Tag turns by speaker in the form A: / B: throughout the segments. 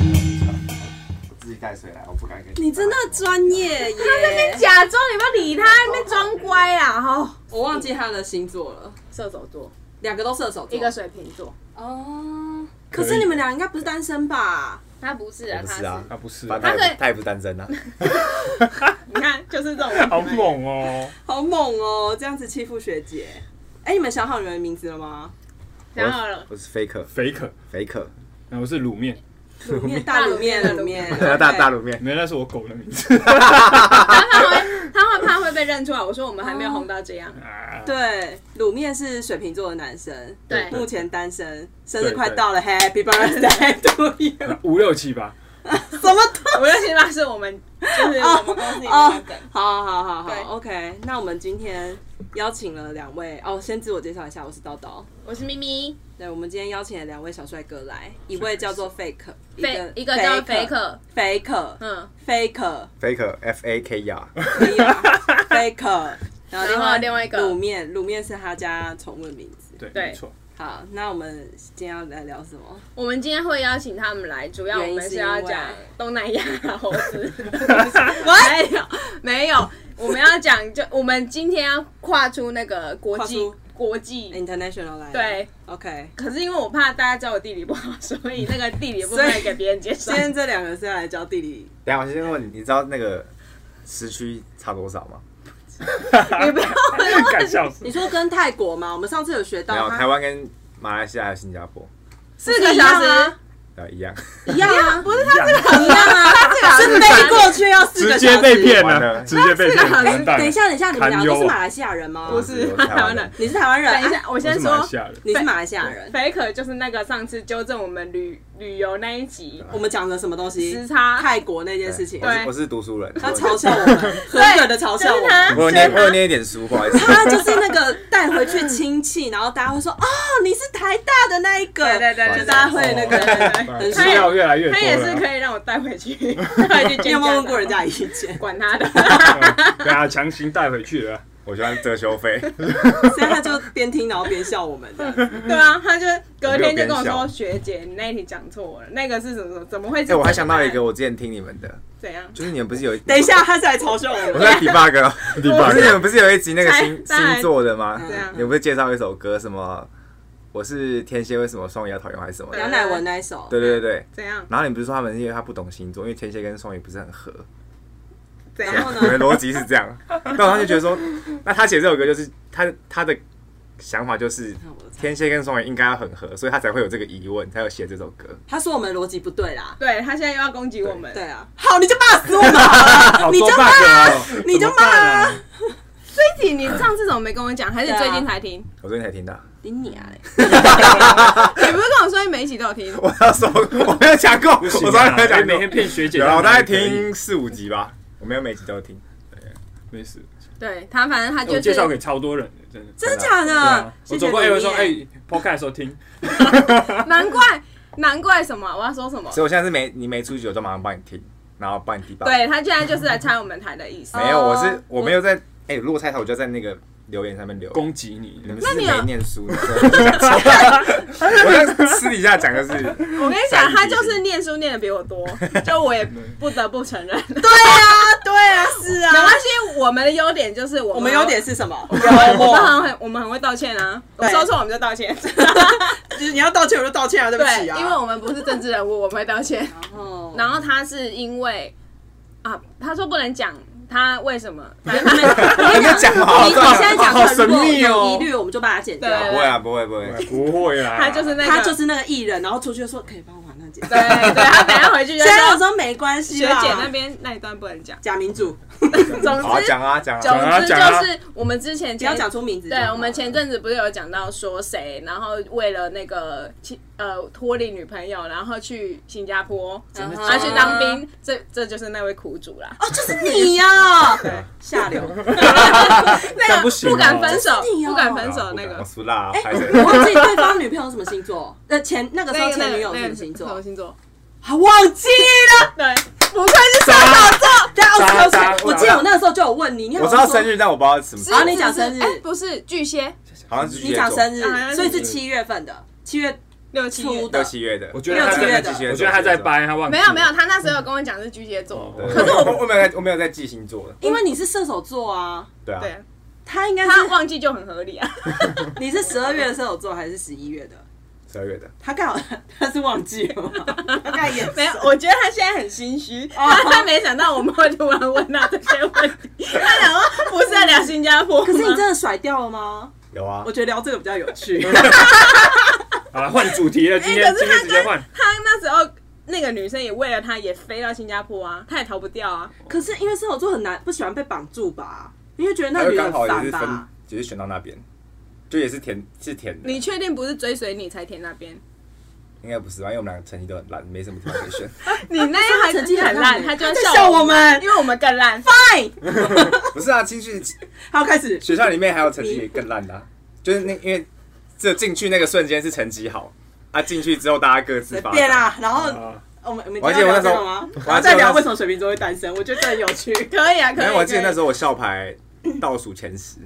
A: 我自己带水来，我不敢跟
B: 你真的专业 耶！
C: 假装你不要理他，那边装乖啊！哈，
D: 我忘记他的星座了，
C: 射手座，
D: 两个都射手座，
C: 一个水瓶座，
D: 哦，
B: 可是你们俩应该不是单身吧？
C: 他不是
E: 我
C: 啊，
E: 不
C: 他
E: 是啊，
C: 是，
A: 他不是
E: 反
C: 他
E: 正他也
C: 可以
E: 不他也不是单身啊，
C: 你看就 是这种，
A: 好，猛哦、
B: 好猛哦，这样子欺负学姐。哎、你们想好你们的名字了 吗？
C: 想好了
E: 我是 faker
F: 肥可，
E: faker，
F: 然后是卤面，
B: 卤面大卤面
C: 大
B: 卤
C: 卤
B: 面
C: 面，
E: 大大卤面，
F: 没有那是我狗的名 字
C: 他会他会怕会被认出来。我说我们还没有红到这样，
F: 啊。
B: 对，卤面是水瓶座的男生，
C: 对
B: 目前单身，生日快到了，Happy Birthday to you！
F: 啊五六七吧，
B: 什么都
C: 我六七八是我们就是我们公司里面的。
B: 好好好好
C: 对
B: 好，OK。那我们今天邀请了两位哦，先自我介绍一下，我是叨叨。
C: 我是咪咪，
B: 对，我们今天邀请了两位小帅哥来，一位叫做 Fake，
C: 肥一个叫肥可，
B: Fake，Fake，Fake，
C: 嗯，
E: faker f a k E r，
B: 啊 Fake，然后 另
C: 然
B: 外
C: 后另外一个
B: 卤面，卤面是他家宠物的名字。
F: 对，
C: 对
F: 没错，
B: 好，那我们今天要来聊什么？
C: 我们今天会邀请他们来，主要我们是要讲东南亚猴子。 没有，没有，我们要讲就我们今天要跨出那个国际
B: 跨出
C: 国际。
B: International 来了
C: 对
B: ，OK。
C: 可是因为我怕大家知道我地理不好，所以那个地理的部分给别人介绍
B: 今。天这两个是要来教地理，
E: 等一下我先问你，你知道那个时区差多少吗？
C: 你不要
F: 敢笑死
B: 你。说跟泰国吗？我们上次有学
E: 没有，
B: 到
E: 台
B: 它
E: 湾跟马来西亚还有新加坡
B: 四个小时
E: 啊一样，
B: 一样啊，不是
F: 一样
B: 一样 啊，是飞过去要四
F: 直
B: 个小时，
F: 接被骗
E: 完
F: 了，
E: 了
F: 直接被骗，
B: 哎
F: 完蛋了
B: 等一，下，等一下，你们俩
F: 堪忧
B: 都是马来西亚人吗？
C: 不是
E: 我台
C: 台湾
E: 湾
C: 人
E: 人，
B: 你是台湾人，啊
C: 等一下，我
F: 我
C: 先
F: 是马
C: 说
F: 来西亚人，
B: 你是马来西亚人。
C: ，Faker 就是那个上次纠正我们旅旅游那一集
B: 我们讲了什么东西？
C: 时差，
B: 泰国那件事情，
E: 我是
C: 对
E: 我是读书人，
B: 他
E: 我
B: 嘲笑我们，狠狠的嘲笑我
C: 就是
B: 们。
C: 他
E: 我有念我有念一点书，不好意思，
B: 他就是那个带回去亲戚，然后大家会说：“哦，你是台大的那一个。”
C: 对对对
B: 就
C: 对，
B: 大家会那
C: 对
B: 个。
C: 对对
B: 很
F: 资料越来越
C: 他也
F: 多
C: 是
F: 了，
C: 可以让我带回去， 带回去
B: 你
C: 见
B: 有
C: 家长
B: 没有问过人？家意 见？
C: 管他的，
F: 被他啊强行带回去了。
E: 我喜欢遮羞费，
B: 所以他就边听然后边笑我们这样 子。
C: 对啊，他就隔天就跟我
E: 没有
C: 说：“
E: 变小
C: 学姐，你那一题讲错了，那个是什么什么？怎么会是
E: 哎，
C: 这个答案？”
E: 我还想到一个，我之前听你们的，
C: 怎样？
E: 就是你们不是有一
B: 等一下，他是来嘲笑我
E: 我
B: 们。
E: 在 debug 哦。
F: 第
E: 不
F: 八
E: 是你
F: 个，
E: 们不是有一集那个星
C: 再来
E: 星座的吗
F: 嗯
B: 对
C: 啊？
E: 你们不是介绍一首歌什么？我是天蝎，为什么双鱼要讨厌我还是什么的？
F: 啊
B: 杨乃文那一首，
E: 对对对对。
C: 怎样？
E: 然后你不是说他们是因为他不懂星座，因为天蝎跟双鱼不是很合，这
C: 怎样？
E: 样你们逻辑是这样。那我当时就觉得说，那他写这首歌就是他他的想法就是
B: 看我的菜
E: 天蝎跟双鱼应该要很合，所以他才会有这个疑问，才有写这首歌。
B: 他说我们的逻辑不对啦。
C: 对他现在又要攻击我们，
B: 对，啊，好，你就骂死我们好了，
F: 好
B: 你
F: 多
B: 就
F: bug 哦，
B: 你就
F: 怎么办啊！
C: 这一题你上次怎么没跟我讲？还是你最
B: 啊
C: 近才听？
E: 我最近才听到，
B: 顶 你 啊嘞！
C: 你不是跟我说你每一集都 有听？
E: 我要 说我没有讲过，我
F: 不行
E: 从
F: 啊
E: 来没有讲
F: 哎每天
E: 过。
F: 骗学姐，
E: 有啊，我大概
F: 当然可以，
E: 听四五集吧，我没有每集都听。
F: 没事。哎
C: 对他，反正他就
F: 我
C: 是
F: 介绍给超多人的，真的。
B: 真的 假
F: 对啊
B: 的？
F: 我
B: 谢谢
F: 走过 A 人说，
B: 你
F: 哎，Podcast 的时候听，
C: 难怪难怪什么？我要说什么
E: 所？以我现在是没你没出局，我就马上帮你听，然后帮你 debug。
C: 对他现在就是来拆我们台的意思。
E: 没有，
B: 哦
E: 我是我没有在。哎、如果猜到，我就在那个留言上面留。
F: 攻击你
E: 你。们
C: 那
E: 是
C: 你有
E: 没念书 的，我在私底下讲的是，
C: 我跟你讲，他就是念书念的比我多，就我也不得不承认。没
B: 对啊，对啊，是 啊
C: 关。系，我们的优点就是我
B: 我
C: 我
B: 们优点是什么？
C: 我
B: 幽
C: 们
B: 默，
C: 很会，我们很会道歉啊！我
B: 对
C: 说错我们就道歉，
B: 就是你要道歉我就道歉啊，对不
C: 对，
B: 起啊。
C: 因为我们不是政治人物，我们会道歉。
B: 哦
C: 然后他是因为啊，他说不能讲他为什么，反正他们
E: 你们讲好，
B: 你你现在讲
F: 好
B: 出来，
F: 神
B: 如果
F: 秘哦
B: 有疑虑，我们就把它剪掉。
C: 对
E: 不会啊，不会不会，
F: 不会啊啦，
C: 他就是那个，
B: 他就是那个艺人，然后出去说可以帮我把那个剪掉。
C: 对对，他等一下回去就
B: 现在
C: 说
B: 我说没关系
C: 学
B: 啦，
C: 姐那边那一段不能讲。
B: 假民主，
C: 总
E: 好
C: 之，
E: 讲啊讲啊，
C: 总之
F: 讲啊
C: 就是我们之前
B: 不要讲出名字就
C: 对
B: 好了。，
C: 我们前阵子不是有讲到说谁，然后为了那个其呃脱离女朋友，然后去新加坡，
B: 真的假的
C: 然后去当兵，这这就是那位苦主啦。
B: 嗯哦，就是你 呀，下流。
C: 那个
F: 不行哦
C: 不敢分手
B: 是你，哦
C: 不敢分手那
E: 啊我
C: 个，
E: 输啦，
B: 哎，
E: 拍
B: 我忘记对方女朋友什么星座，呃，前那个时候
C: 那个
B: 前女友
C: 那
B: 什么
C: 个
B: 星
C: 什
B: 座
C: 么？星座？
B: 啊忘记了，
C: 对，
B: 不愧是小岛座。 对啊，
E: 渣
B: 我
E: 渣
B: 我记得我那个时候就有问你，你好
E: 我
B: 像
E: 知
B: 说
E: 道生日，但我不知道什么时候，
B: 好你讲生日
C: 哎，不是巨蟹
E: 好像是
B: 你讲生日
C: 好啊像，是
B: 所以是七月份的，七月
C: 六七月
B: 初
E: 六
B: 的。
E: 七月的，
F: 我觉得他
B: 六七月的
F: 在，我觉得他在掰，他忘记哦
C: 没有没有，他那时候有跟我讲是巨蟹座，
E: 对。
F: 可
E: 是我我没有在我没有在记星座的，
B: 因为你是射手座啊，
E: 对啊，
C: 对
B: 他应该
C: 他
B: 是
C: 忘记就很合理啊。
B: 你是十二月的射手座还是十一月的？
E: 十二月的，
B: 他刚好 他是忘记 了吗？他刚也
C: 没有，我觉得他现在很心虚，他他没想到我们会突然问到这些问题，他想说不是在聊新加坡吗？
B: 可是你真的甩掉了吗？
E: 有啊
B: 我，觉得聊这个比较有趣。
F: 好了，换主题了，今天
C: 哎可是
F: 今
C: 他
F: 天直接换。
C: 他那时候那个女生也为了他也飞到新加坡啊，他也逃不掉啊。
B: 可是因为射手座很难不喜欢被绑住吧？因为觉得
E: 他
B: 那
E: 就
B: 女
E: 刚
B: 人
E: 好
B: 很
E: 也是
B: 烦
E: 分
B: 吧？，
E: 只是选到那边，就也是甜是甜的，
C: 你确定不是追随你才填那边？
E: 应该不是吧？因为我们两个成绩都很烂，没什么地方可以选。
C: 你那样还
B: 成绩
C: 很
B: 很
C: 烂，
B: 烂
C: 他就要
B: 他在
C: 笑
B: 笑我们
C: 因为我们更烂。
B: 哎，
E: 不是啊，进去
B: 好开始。
E: 学校里面还有成绩更烂的啊、就是那因为这进去那个瞬间是成绩好啊，进去之后大家各自
B: 随
E: 发
B: 便
E: 展。嗯
B: 啦，然
C: 哦
B: 后
F: 啊
B: 我们我们
E: 我还
B: 今
E: 记
B: 天
E: 得我那时
B: 要聊这
E: 候
B: 个吗？
E: 我还记得我
B: 然后
E: 那
B: 再
E: 时
B: 聊
E: 候
B: 为什么水瓶座会单身，我觉得这很有 趣。
C: 可以啊，可
E: 没
C: 以。
E: 有，我记得
C: 可以
E: 那时候我校排倒数前十，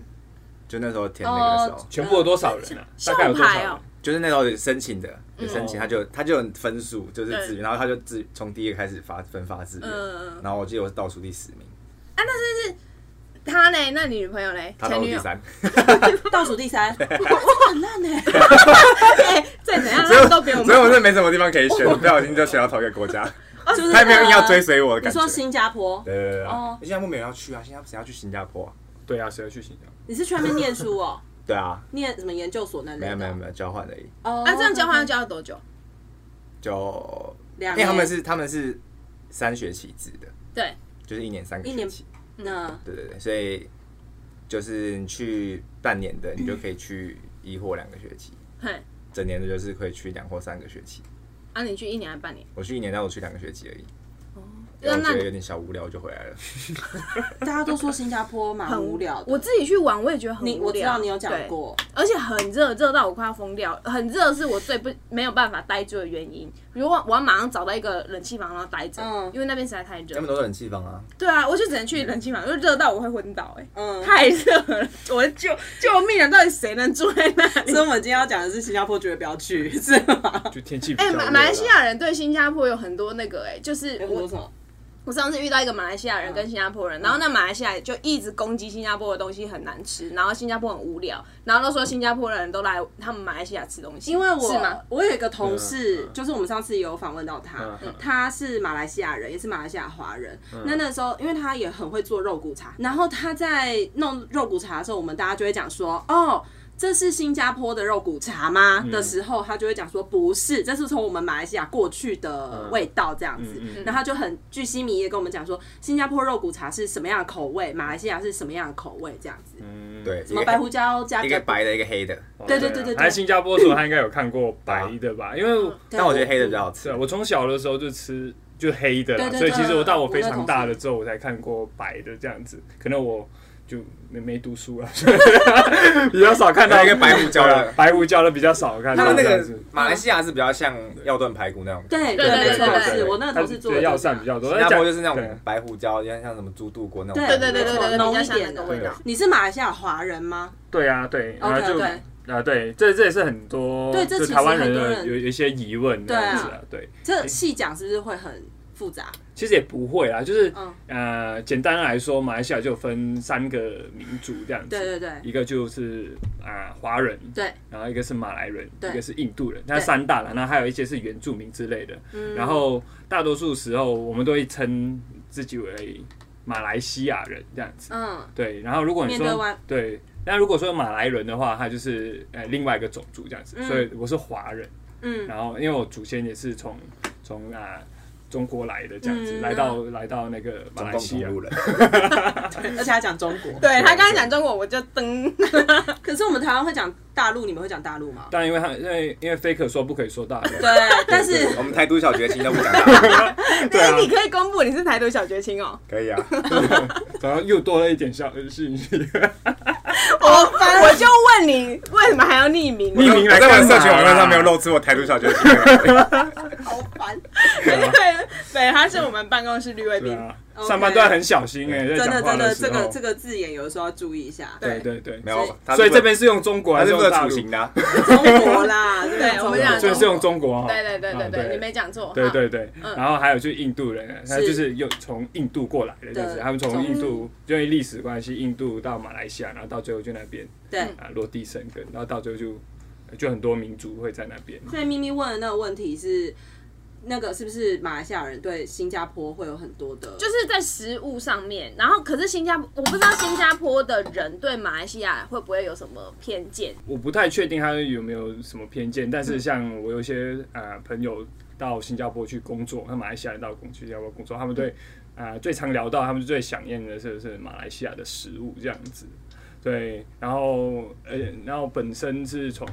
E: 就那时候填那个的时候，
F: 全部有多少人啊？大概有
C: 上
F: 多少
C: 牌
F: 人
C: 哦？，
E: 就是那时候有申请的，有申请
F: 嗯
E: 他就他就有分数，就是
C: 对
E: 志愿，然后他就自从第一个开始发分发志愿，
C: 嗯嗯
E: 然后我记得我是倒数第十名，
C: 他呢？那你女朋友嘞？
E: 他
C: 前
E: 倒数
C: 女
E: 第
C: 友？
E: 三，
B: 倒数第三，哇很烂 欸呢。
C: 哎，再怎样，他们都比我
E: 所以我
C: 们。
E: 是没什么地方可以选，不小心就选到同一个国家，
B: 就是
E: 他也没有硬要
B: 呃
E: 追随我的
B: 你
E: 感觉
B: 说。新加坡，
E: 对对对对对
B: 哦，
E: 新加坡没有人要去啊，新加坡谁要去新加坡啊？
F: 对啊，谁要去新加坡？
B: 你是去那边念书哦，
E: 对啊，
B: 念什么研究所那类的？
E: 没有没有没有交换而已，
B: 哦，
C: 啊，这样交换要交了多久？
E: 就
B: 两
E: 因为
B: 年
E: 哎他们是他们是三学期制的，
C: 对，
E: 就是一年三个
B: 一
E: 学
B: 年
E: 期，
B: 那
E: 对对对，所以就是你去半年的，你就可以去一或两个学期，
C: 嘿，
E: 整年的就是可以去两或三个学期。
C: 啊，你去一年还是半年？
E: 我去一年，但我去两个学期而已，因
C: 那
E: 为我觉
C: 那
E: 得
C: 你
E: 有点小无聊，我就回来了。
B: 大家都说新加坡蛮无聊的。
C: 我自己去玩，我也觉得很无聊。
B: 你我知道你有讲
C: 对，
B: 过，
C: 而且很热，热到我快要疯掉。很热是我最不没有办法待住的原因。比如我我要马上找到一个冷气房，然后待着，
B: 嗯
C: 因为那边实在太热
E: 他们。都是冷气房啊，
C: 对啊，我就只能去冷气房，因为热到我会昏倒、欸，
B: 嗯，
C: 太热了，我救救命啊！到底谁能住在那里
B: 所以？我们今天要讲的是新加坡，绝对不要去， 是吗？
F: 就天气比
C: 哎、
F: 较热啊
C: 马马来西亚人对新加坡有很多那嗯个、哎，就是
B: 有很
C: 我
B: 多什么？
C: 我上次遇到一个马来西亚人跟新加坡人，然后那马来西亚就一直攻击新加坡的东西很难吃，然后新加坡很无聊，然后都说新加坡人都来他们马来西亚吃东西，
B: 因为
C: 是吗
B: 我？我有一个同事
F: 嗯，嗯
B: 就是我们上次也有访问到他
F: 嗯嗯，
B: 他是马来西亚人，也是马来西亚华人。
E: 嗯
B: 那那时候，因为他也很会做肉骨茶，然后他在弄肉骨茶的时候，我们大家就会讲说，哦。这是新加坡的肉骨茶吗？
E: 嗯
B: 的时候，他就会讲说不是，这是从我们马来西亚过去的味道这样子。
F: 嗯嗯
B: 然后他就很巨细靡遗地跟我们讲说，新加坡肉骨茶是什么样的口味，马来西亚是什么样的口味这样子。
F: 嗯，哦
E: 对，
B: 什
E: 一
B: 么白
E: 个
B: 胡椒加
E: 一
B: 加
E: 个白的，一个黑的，
B: 对对对对对
F: 来新加坡的时候，他应该有看过白的吧？因
C: 啊
F: 为
B: 对
E: 但我觉得黑的比较好
F: 是
E: 吃
F: 啊，。我从小的时候就吃就黑的啦，
B: 对对
F: 所以
B: 对
F: 其实我到我
B: 我
F: 非
B: 那
F: 常
B: 同
F: 大
B: 事
F: 了之后，我才看过白的这样子。可能我就没没读书 了，比较少看到。
E: 一个白胡椒的
F: 白胡椒的比较少看
E: 他
F: 到
E: 们那
F: 这样
E: 个
F: 子。
E: 马来西亚是比较像药炖排骨那种，
B: 对
C: 对对
B: 没错，
C: 对对
B: 是我那个同事做的
F: 药
B: 就是这
F: 膳
B: 样
F: 比较多，
E: 新加坡就是那
F: 对
E: 种白胡椒，像像什么猪肚锅那种。
B: 对
C: 对对对对对，
B: 浓
C: 比较
B: 一
C: 像那
B: 点
C: 个
B: 的
C: 味道。
B: 你是马来西亚华人吗？
F: 对啊，对，然
B: OK，
F: 后就
B: 对
F: 啊，对，这这也是很多
B: 对这
F: 就
B: 其实
F: 台湾
B: 很多
F: 人
B: 人
F: 有有一些疑问这样子
B: 对
F: 啊，对，
B: 这细讲是不是会很复杂？
F: 其实也不会啦，就是
B: 嗯
F: 呃，简单来说，马来西亚就分三个民族这样子，
B: 对对对
F: 一个就是啊华人，
B: 对，
F: 然后一个是马来人，
B: 对嗯
F: 一个是印度人，那三大了，那还有一些是原住民之类的。然后大多数时候我们都会称自己为马来西亚人这样子。
B: 嗯，
F: 对，然后如果你
B: 面对
F: 说
B: 湾
F: 对，那如果说马来人的话，他就是呃另外一个种族这样子，
B: 嗯
F: 所以我是华人。
B: 嗯
F: 然后因为我祖先也是从从啊。中国来的这样子，
B: 嗯
F: 来到来到那个马
E: 中
F: 来
E: 共
F: 西
E: 同
F: 亚，
E: 路人，
B: 而且他讲中国，
C: 对他刚才讲中国，我就噔。
B: 可是我们台湾会讲大陆，你们会讲大陆吗？
F: 但因为他因为因为 faker 说不可以说大陆，
B: 对，但是
E: 我们台独小绝情都不讲大陆，
F: 对啊
C: 哎，你可以公布你是台独小绝亲哦。
E: 可以啊。
F: 然后又多了一点消信 息，
C: 我我就问你，为什么还要匿名？
F: 哦匿名来
E: 我在我
F: 干
E: 的
F: 嘛
E: 社群网站上没有露出我台独小绝情。
B: 好烦，
C: 对对，他是我们办公室绿卫
F: 啊对
C: 兵，
F: 啊，
B: OK
F: 上半段很小心哎，在
B: 真的
F: 讲话
B: 真的，
F: 时
B: 这
F: 候
B: 个这个字眼有的时候要注意一下。
F: 对对对
E: 没，
B: 所以
E: 有，他是
F: 所以
E: 不能
F: 这边是用中国
E: 他
F: 还
E: 是
F: 是
E: 不
F: 用
E: 能
F: 大
E: 处
F: 陆？
E: 刑的啊，
B: 中国啦，这个
C: 对我们俩
B: 中
F: 所以
B: 国
F: 是用中国哈，
C: 对对对对
F: 啊
C: 对，你没讲错，
F: 对
C: 哈
F: 对对，然后还有就是印度人，他就是又从印度过来的，这样子，
B: 对
F: 他们从
B: 从
F: 印度因为历史关系，印度到马来西亚，然后到最后就那边
B: 对。
F: 啊落地生根，然后到最后就就很多民族会在那边。
B: 所以咪咪问的那个问题是，那个是不是马来西亚人对新加坡会有很多的？
C: 就是在食物上面，然后可是新加坡，我不知道新加坡的人对马来西亚会不会有什么偏见，
F: 我不太确定他有没有什么偏见，
B: 嗯
F: 但是像我有一些呃朋友到新加坡去工作，那马来西亚人到工去新加坡工作，他们对
B: 嗯
F: 呃最常聊到，他们最想念的是是马来西亚的食物这样子。对，然后呃，然后本身是从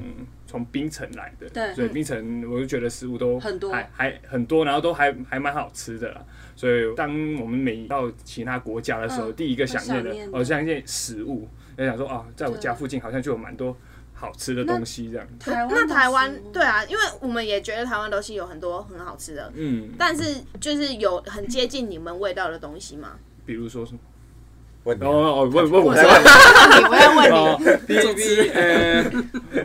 F: 从槟城来的，
B: 对嗯
F: 所以槟城我就觉得食物都
B: 很多
F: 还还很多，然后都还还蛮好吃的啦。所以当我们每到其他国家的时候，
B: 嗯
F: 第一个想念
B: 会
F: 的
B: 想，念的
F: 哦，想念食物，就想说啊，在我家附近好像就有蛮多好吃的东西这样。
B: 台
C: 那台湾对啊，因为我们也觉得台湾东西有很多很好吃的，
F: 嗯，
C: 但是就是有很接近你们味道的东西吗？
F: 比如说什么？
E: 问你
F: 哦哦，问问我
E: 我在问
C: 你我要问
F: 哦，第一第一，呃，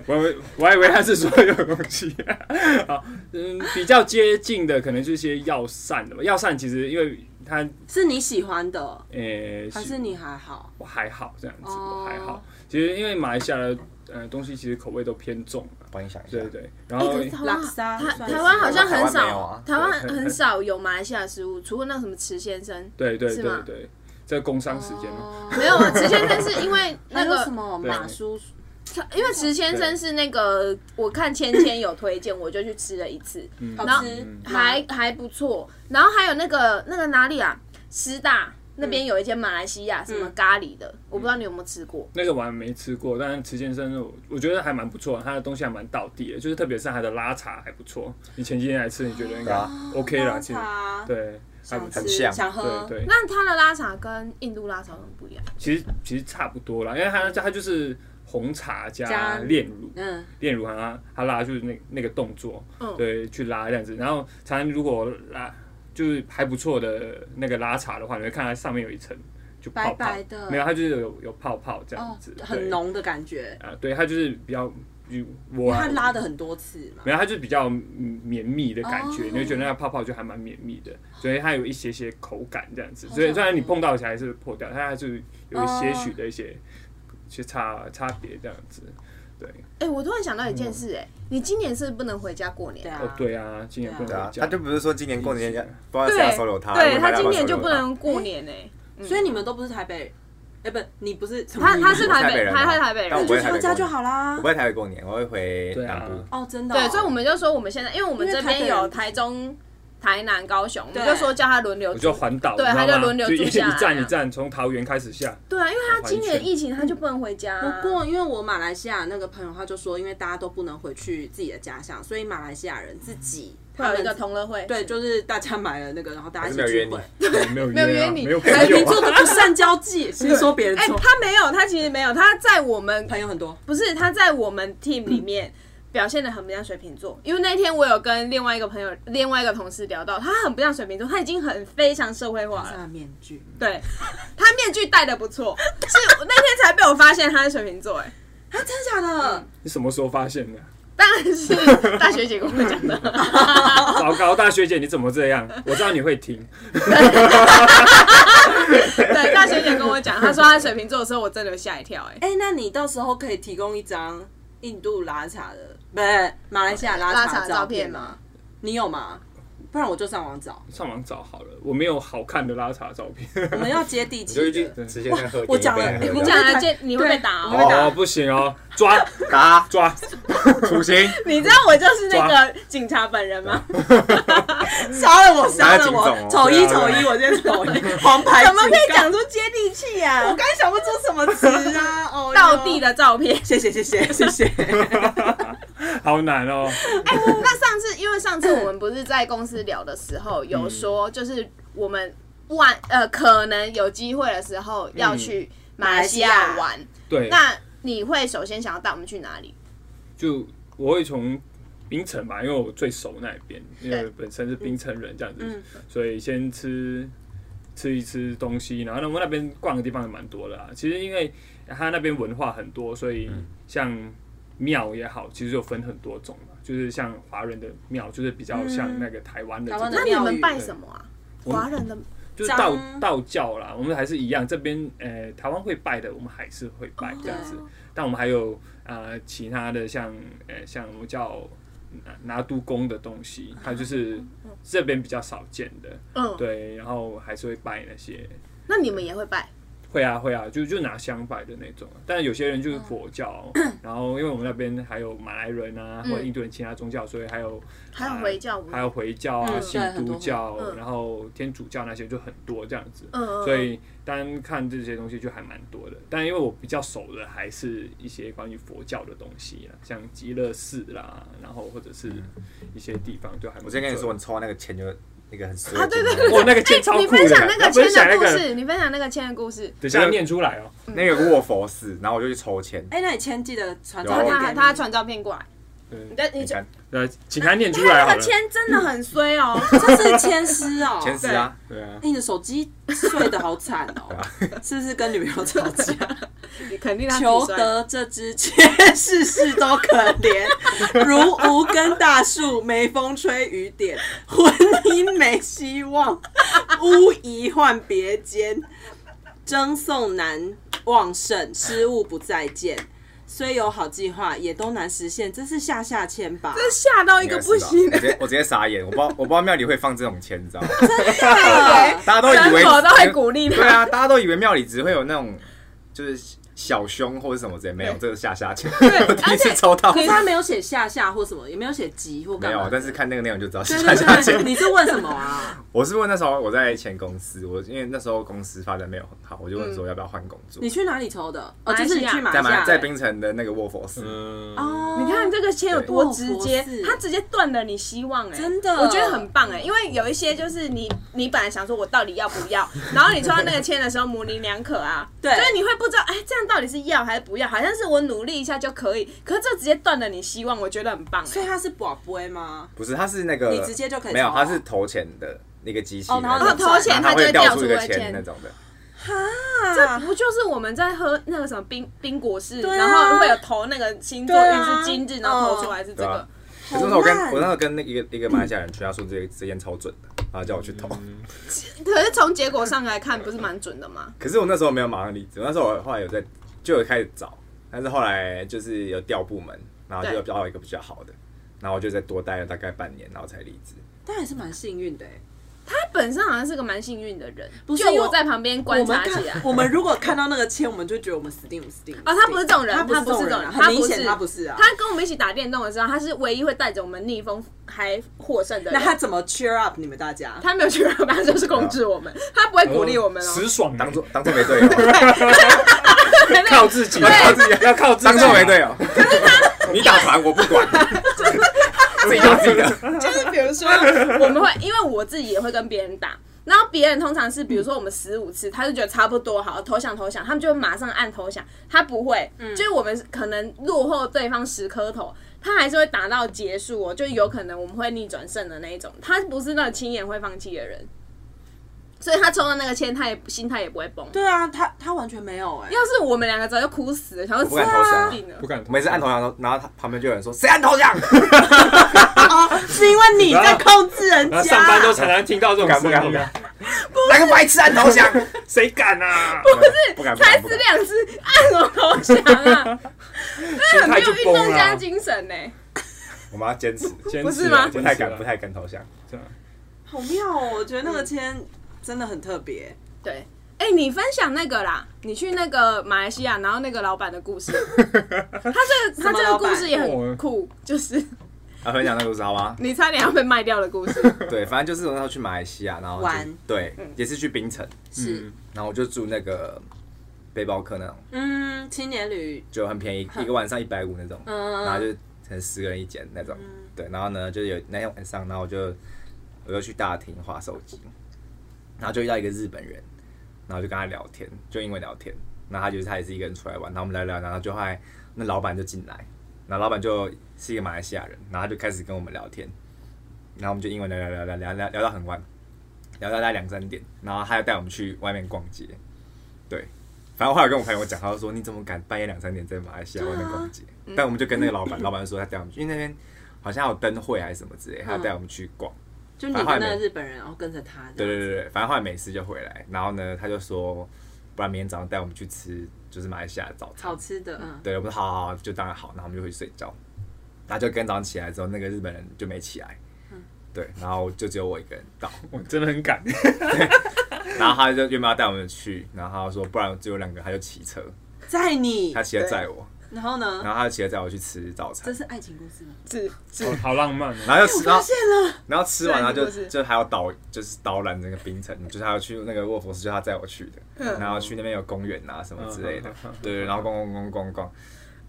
F: 我以为我还以为他是所有东西。 好，嗯，比较接近的可能就是一些药膳的吧。药膳其实因为它，
B: 是你喜欢的，哦
F: 呃，
B: 还是你还好？
F: 我还好这样子，
B: 哦
F: 我还好。其实因为马来西亚的呃东西其实口味都偏重嘛，
E: 帮你想一下
F: 对，对。然后
C: 哎可是台湾好
B: Laksa
C: 台
B: 算是
C: 台湾好像很
E: 台湾没有
C: 少
E: 啊，
C: 台湾
F: 对
C: 很少有马来西亚食物，除了那什么池 先生，
F: 对对
C: 是
F: 对
C: 吗
F: 对，在工商时间嘛，
B: 哦
C: 没有 啊，池先生是因 为那
B: 还有什
C: 个，
B: 么
F: 对
B: 马叔？
C: 因为池先生是那个，我看芊芊有推荐，我就去吃了一次，
F: 嗯
B: 好
C: 然后
B: 吃，
C: 还还不错。然后还有那个那个哪里啊，师大那
E: 嗯
C: 边有一间马来西亚什么咖喱的，我不知道你有没有吃
E: 嗯
C: 过。
F: 那个我还没吃过，但是池先生我我觉得还蛮不错，他的东西还蛮道地的，就是特别是他的拉茶还不错。你前几天来吃，你觉得应
E: 对
F: 该
E: 啊，
F: OK 啦，
B: 拉
F: 其实
B: 茶
F: 对，还不
B: 想
F: 错，
E: 很
B: 吃
E: 像
B: 想喝
F: 对，对，
C: 那它的拉茶跟印度拉茶很不一样，
F: 其实其实差不多啦，因为他他就是红茶
B: 加
F: 加炼乳，
B: 嗯，
F: 炼乳他他拉就是那那个动作，
C: 嗯
F: 对，去拉这样子。然后常常如果拉就是还不错的那个拉茶的话，你会看它上面有一层就泡泡，
B: 白白的
F: 没有，它就是有有泡泡这样
B: 哦
F: 子，，
B: 很
F: 对
B: 浓的感觉，
F: 啊，对，它就是比较比
B: 因
F: 我啊
B: 为它拉的很多次嘛。
F: 没有，它就是比较嗯绵密的感觉，
B: 哦
F: 你会觉得那个泡泡就还蛮绵密的，所以它有一些些口感这样子。所以虽然你碰到起来是破掉，但它还是有一些
C: 哦
F: 许的一些、一些差差别这样子。对，
C: 哎、我突然想到一
E: 嗯
C: 件事、哎、你今年是不是不能回家过年
B: 对？啊
F: 哦，对啊，今年不
E: 对
F: 能
E: 啊
F: 回，家，
E: 他就不是说今年过年人家不知道谁要收留他，
C: 对
E: 问
C: 他
E: 要
C: 今
E: 要
C: 年
E: 收留
C: 就不
E: 他
C: 能过年哎、
B: 所以你们都不是台北人，哎，不，你不是
C: 他他是
E: 台
C: 台
E: 北
C: 北，
E: 人
C: 他
E: 啊
C: 他是台北
E: 但
B: 那
E: 我
C: 人
E: 不，
B: 就
E: 会台
B: 回
E: 北
B: 家
E: 过
B: 就好啊啦
E: 我。不会台北过年，我会回
F: 对啊
E: 南部。
B: 哦，真的哦，
C: 对，所以我们就说我们现在，因为我们
B: 因为
C: 这边
B: 台北人
C: 有台中、台南、高雄，我们
B: 对
C: 就说叫他轮流
F: 我
C: 住
F: 就环岛，
C: 对
F: 你知道
C: 他就
F: 吗
C: 轮流
F: 就
C: 住
F: 一
C: 下来
F: 一站
C: 啊
F: 一站，从桃园开始下。
C: 对啊，因为他今
F: 环
C: 年疫
F: 一圈
C: 情，他就不能回家、啊。
B: 不过，因为我马来西亚那个朋友他就说，因为大家都不能回去自己的家乡，所以马来西亚人自己
C: 会
B: 他
C: 有一
B: 们
C: 个同乐会，
B: 对，就是大家买了那个，然后大家一起
E: 还是没有
B: 聚
E: 约
B: 会。
F: 没有
C: 没有
F: 约啊
C: 约 你
F: 没有朋
B: 哎，
F: 友
B: 你
F: 啊
B: 做的不善交 际，谁说别人
C: 哎、
B: 错？
C: 他没有，他其实没有，他在我们
B: 朋友很多，
C: 不是他在我们 team 里面表现的很不像水瓶座，因为那天我有跟另外一个朋友、另外一个同事聊到，他很不像水瓶座，他已经很非常社会化了。
B: 戴面具。
C: 对，他面具戴的不错，是我那天才被我发现他是水瓶座，哎，
B: 啊，真的假
C: 嗯
B: 的？
F: 你 什么时候发现的？
C: 当然是大学姐跟我 讲的。
F: 糟糕，大学姐你怎么这样？我知道你会听，
C: 对，大学姐跟我讲，她说她水瓶座的时候，我真的有吓一跳、哎。
B: 哎，那你到时候可以提供一张印度拉茶的，不是马来西亚拉
C: 拉茶
B: 茶
C: 的
B: 的
C: 照
B: 照
C: 片
B: 片
C: 吗
B: 吗？你有吗？不然我就上网 找。
F: 上网找好了，我没有好看的拉茶照片。
B: 我们要接地
E: 你
B: 气
E: 就
B: 的。
E: 去直接喝第一杯。
B: 我讲了
E: 对
B: 你
E: 不
C: 你
E: 对
C: 讲了这你会被打
B: 对我
C: 哦。
B: 会打
F: 哦，不行哦，抓
E: 打
F: 抓，
E: 处刑，
C: 你知道我就是那个警察本人吗？
B: 杀了我，杀了
E: 拿警
B: 我，
E: 总哦
B: 丑一
F: 对啊
B: 丑
F: 对啊
B: 一，我今天丑一，黄牌
C: 怎么可以
B: 警告
C: 讲出接地气呀、
B: 我刚才想不出什么词 啊！哦，
C: 道地的照片。
B: 谢谢谢谢谢 谢。
F: 好难哦。
C: 哎、我那上次因为上次我们不是在公司聊的时候有说，就是我们玩呃可能有机会的时候要去马来西亚玩，
F: 对，
C: 那你会首先想要带我们去哪里？
F: 就我会从槟城吧，因为我最熟那边，因为本身是槟城人这样子，
B: 嗯
F: 所以先吃吃一吃东西，然后呢，我们那边逛的地方也蛮多的啊。其实因为它那边文化很多，所以像庙也好，其实有分很多种嘛，就是像华人的庙，就是比较像那个台湾的
B: 嗯
F: 这
B: 台湾
F: 种
B: 的
C: 那你们拜什么啊？
F: 我
C: 华人的
F: 就是道
B: 张
F: 道教啦，我们还是一样。这边呃，台湾会拜的，我们还是会拜这样
B: 啊
F: 子。但我们还有呃其他的像呃像我们叫拿拿督公的东西，
B: 啊
F: 它就是这边比较少见的。
B: 哦
C: 嗯，
F: 对，然后还是会拜那些。
C: 那你们也会拜？
F: 会啊会啊，就就拿香拜的那种。但有些人
B: 嗯
F: 就是佛 教，然后因为我们那边还有马来人啊，
C: 嗯
F: 或者印度人其他宗教，所以还有
C: 还有回教文
F: 还有回教啊、
B: 嗯
F: 信
B: 对很
F: 督
B: 多
F: 教，
C: 嗯
F: 然后天主教那些就很多这样子。
C: 嗯嗯，
F: 所以单看这些东西就还蛮多的。但因为我比较熟的还是一些关于佛教的东西啦，像极乐寺啦，然后或者是
E: 嗯
F: 一些地方就还蛮
E: 我
F: 不错的。
E: 之前跟你说，你抽那个签就那个很衰。
C: 啊对对对
F: 哇，那个签超
C: 哎你
F: 酷
C: 分
F: 的
C: 享
F: 啊，
C: 那个
F: 不是
C: 签
F: 想那
C: 的故
F: 个，
C: 事，你分享那个签的故事，
F: 等一下念出来哦。
E: 那个卧佛寺，然后我就去抽签，
B: 哎，那你签记得传照
E: 有
C: 他
B: 片
C: 他
B: 给
C: 他
B: 你
C: 传照片过来，你
F: 对，
C: 在你
E: 你
C: 就
E: 看
F: 那请他念出
C: 他
F: 来好
C: 那个
F: 了。
C: 签真的很衰 哦。
B: 这是签诗哦。
E: 前十啊，
F: 对啊
B: 哎，，你的手机碎的好惨 哦， 是不是跟女朋友吵架？
C: 你肯定他自己
B: 求
C: 摔
B: 得这支签，世事都可怜，如无根大树，没风吹雨点，婚姻没希望，巫姨换别间，争讼难旺盛，失误不再见。虽有好计划，也都难实现，这是下下签吧？
C: 吓到一
E: 应
C: 个
E: 该
C: 不
E: 是吧
C: 行
E: 我，直接我直接傻眼，我不知道我不知道庙里会放这种签，你知道吗？
B: 对
E: 大家都以
C: 人
E: 为
C: 口都会鼓励
E: 对
C: 他。
E: 啊，大家都以为庙里只会有那种就是小凶或者什么之类，没有，这是下下签。 我第一次抽到
B: 可，是他没有写下下或什么，也没有写急或
E: 没
B: 干嘛
E: 有
B: 的。，
E: 但是看那个内容就知道是
B: 对
E: 下下
B: 对对，
E: 签。
B: 你是问什么啊？
E: 我是问那时候我在前公司，我因为那时候公司发展没有很好，我就问
C: 嗯
E: 说要不要换工作
B: 你，去哪里抽的？哦，
C: 马来
B: 就
C: 西
B: 是
C: 亚
B: 你去马
E: 在
B: 来西
E: 马
B: 亚，
C: 欸
E: 在槟城的那个卧佛寺，
F: 嗯，
B: 哦，
C: 你看这个签有多直接
B: 对，
C: 他直接断了你希望哎，
B: 真的
C: 我觉得很棒哎，因为有一些就是你你本来想说我到底要不要， 然后你抽到那个签的时候模棱两可啊，
B: 对
C: 所以你会不知道哎，这样到底是要还是不要，好像是我努力一下就可以，可是这直接断了你希望，我觉得很棒
B: 所以
C: 哎。
B: 他是宝贝吗？
E: 不是，它是那个
B: 你直接就可以
E: 没有，
B: 抽啊
E: 它是投钱的那个机器
B: 哦，然后
E: 那
C: 然
E: 种
B: 你
C: 后投钱
E: 然后它
C: 它就会
E: 会
C: 掉
E: 掉
C: 出
E: 出一
C: 一个
E: 个
C: 签
E: 签那种的。
C: 这不就是我们在喝那个什么冰冰果式，
B: 对啊
C: 然后会有投那个星座
B: 对
C: 运
B: 啊
C: 是今日，然后投出来是这
E: 对
C: 个
E: 啊。可是那时候我跟我那时候跟那一个一个马来西亚人去，他说这这件超准的，然后叫我去投。
C: 啊可是从结果上来看，不是蛮准的吗？
E: 可是我那时候没有马上离职，我那时候我后来有在就有开始找，但是后来就是有调部门，然后就
C: 对
E: 有找到一个比较好的，然后我就再多待了大概半年，然后才离职。
B: 但还是蛮幸运的欸。
C: 他本身好像是个蛮幸运的人，
B: 不是
C: 就
B: 因为
C: 我在旁边
B: 我
C: 观
B: 们
C: 察起来
B: 看，。我们如果看到那个签，我们就觉得我们死定，我们死定。
C: 啊，他不是这种人，
B: 他不是
C: 是这
B: 这
C: 种
B: 种人啊
C: 他
B: 很明显
C: 他
B: 他不是啊
C: 他跟我们一起打电动的时候，他是唯一会带着我们逆风还获胜的
B: 那
C: 人。
B: 他怎么 cheer up 你们大家？
C: 他没有去让他就是控制我们，他不会鼓励我们哦。
F: 直爽
E: 当
F: 当
E: 做
F: 做
E: 当做没队友，
F: 靠自己，啊靠自己，要靠自己，啊
E: 当做没队友。 你打团我不管，自己打自己的。
C: 就是比如说，我们会因为我自己也会跟别人打，然后别人通常是比如说我们十五次，他就觉得差不多好投降投降，他们就会马上按投降，他不会，
E: 嗯
C: 就是我们可能落后对方十颗头。他还是会打到结束哦，就有可能我们会逆转胜的那一种。他不是那种轻言会放弃的人，所以他抽到那个签，他也心态也不会崩。
B: 对啊，他他完全没有哎。
C: 要是我们两个早就哭死了，想要
E: 不敢投降啊
C: 定了
F: 不。敢
E: 每次按头像，然后他旁边就有人说谁按头像？
B: 哦， 是因为你在控制人
F: 然
B: 家。
F: 后上班都常常听到这种
E: 敢
F: 声
E: 不
F: 音
E: 敢不
F: 啊
E: 敢，？来个白痴按头像，
F: 谁敢啊？
E: 不 敢不敢
C: 才死
E: 不敢。
C: 两次，按什么投降 啊？
F: 心
C: 很没
F: 态就
C: 有运
F: 崩
C: 动家
F: 了，啊
C: 精神呢、欸
E: 我们要坚持，
F: 坚持啊
C: 不是吗
E: 不太敢不。
F: 坚持啊
E: 太敢投降。
F: 对啊
B: 好妙哦，我觉得那个签真的很特别。
C: 对，哎、你分享那个啦，你去那个马来西亚，然后那个老板的故事，他这个他
B: 什么
C: 这个
B: 老板
C: 故事也很酷，就是
E: 啊，分享那个故事好吗？
C: 你差点要被卖掉的故事。
E: 对，反正就是我那时候去马来西亚，然后就
B: 玩
E: 对，也是去槟城，
B: 是，
E: 然后我就住那个背包客那种，
B: 嗯，青年旅
E: 就很便宜，一个晚上一百五那种，
B: 嗯
E: 然后就可能十个人一间那种，对，然后呢就有那天晚上，然后我就我就去大厅划手机，然后就遇到一个日本人，然后就跟他聊天，就英文聊天，然后他就是他也是一个人出来玩，然后我们聊聊，然后就后来那老板就进来，然后老板就是一个马来西亚人，然后他就开始跟我们聊天，然后我们就英文聊聊聊聊聊聊聊到很晚，聊到大概两三点，然后他又带我们去外面逛街，对，反正我后来跟我朋友讲，他就说你怎么敢半夜两三点在马来西亚外面逛街？
B: 嗯
E: 但我们就跟那个老板，老 板就说他带我们去，因为那边好像还有灯会还啊是什么之类，他要带我们去逛。
B: 就你跟那个日本人，然后跟着他这
E: 对
B: 样。
E: 对对对，反正后来没事就回来，然后呢，他就说，不然明天早上带我们去吃就是马来西亚的早餐。
B: 好吃的，嗯，
E: 对，我们说好好好，就当然好，然后我们就回去睡觉。然后就跟早上起来之后，那个日本人就没起来，
B: 嗯
E: 对，然后就只有我一个人到，
F: 我真的很赶，
E: 然后他就原本要带我们去，然后他说不然只有两个，他就骑车，
B: 在你
E: 他，骑车载我，
B: 然后呢？
E: 然后他就骑车载我去吃早餐
B: 嗯这，是爱情故事吗？
C: 是
F: 哦好浪漫哦。
E: 然后就吃，然后
B: 了，
E: 然后吃完然后就
C: 对就是
E: 就还要导就是导览整个冰城，就是还要去那个卧佛寺，就是他载我去
B: 嗯
C: 嗯
E: 的，然后去那边有公园啊什么 之类的
F: 嗯嗯嗯嗯，
E: 对，然后逛逛逛逛逛，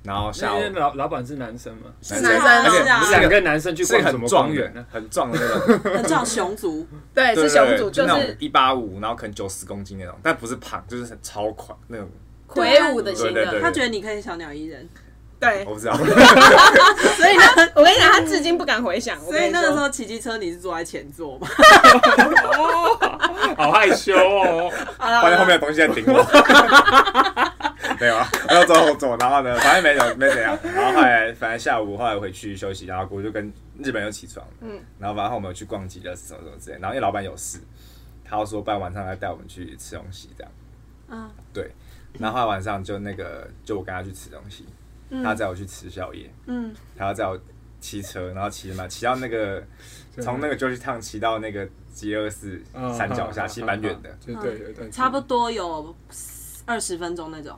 E: 然后下
F: 那
E: 午
F: 边老老板是男生吗？
E: 男
C: 男生
E: 而且
B: 是啊
E: 不是
F: 两
E: 那
F: 个男生去
E: 是
F: 逛什
E: 很
F: 么
E: 壮
F: 公园
E: 的
F: 呢？，
E: 很壮的那 种。
B: 那叫熊族，
C: 对，
E: 对
C: 是熊组，就
E: 那
C: 是
E: 种一八五，然后可能九十公斤那种，但不是胖，就是很超款那种，
C: 魁梧的型
E: 对对对
C: 的，
B: 他觉得你可以小鸟依人，
C: 对
E: 我，不 知道。
C: 所以呢，我跟你讲，他至今不敢回想。
B: 哦所以那个时
C: 候，
B: 候骑机车你是坐在前座嘛？
F: 好害羞哦。
E: 发现后面的东西在顶
B: 哦
E: 我。 没有啊，我要走我走，然后呢，反正没怎没怎样。然后后来反正下午后来回去休息，然后我就跟日本人又起床，嗯，然后然后我们有去逛街的什么什么之类，然后因为老板有事，他就说不然晚上来带我们去吃东西这样，
B: 嗯，
E: 对。然后后来晚上就那个就我跟他去吃东西，他载我去吃宵夜，
B: 嗯，
E: 他要载我骑车，然后骑嘛骑到那个 从那个 George Town 骑到那个吉尔斯
F: 嗯
E: 山脚下，其实蛮远的，，
F: 就嗯对，有一
E: 嗯
F: 段距离
B: 差不多有二十分钟那种。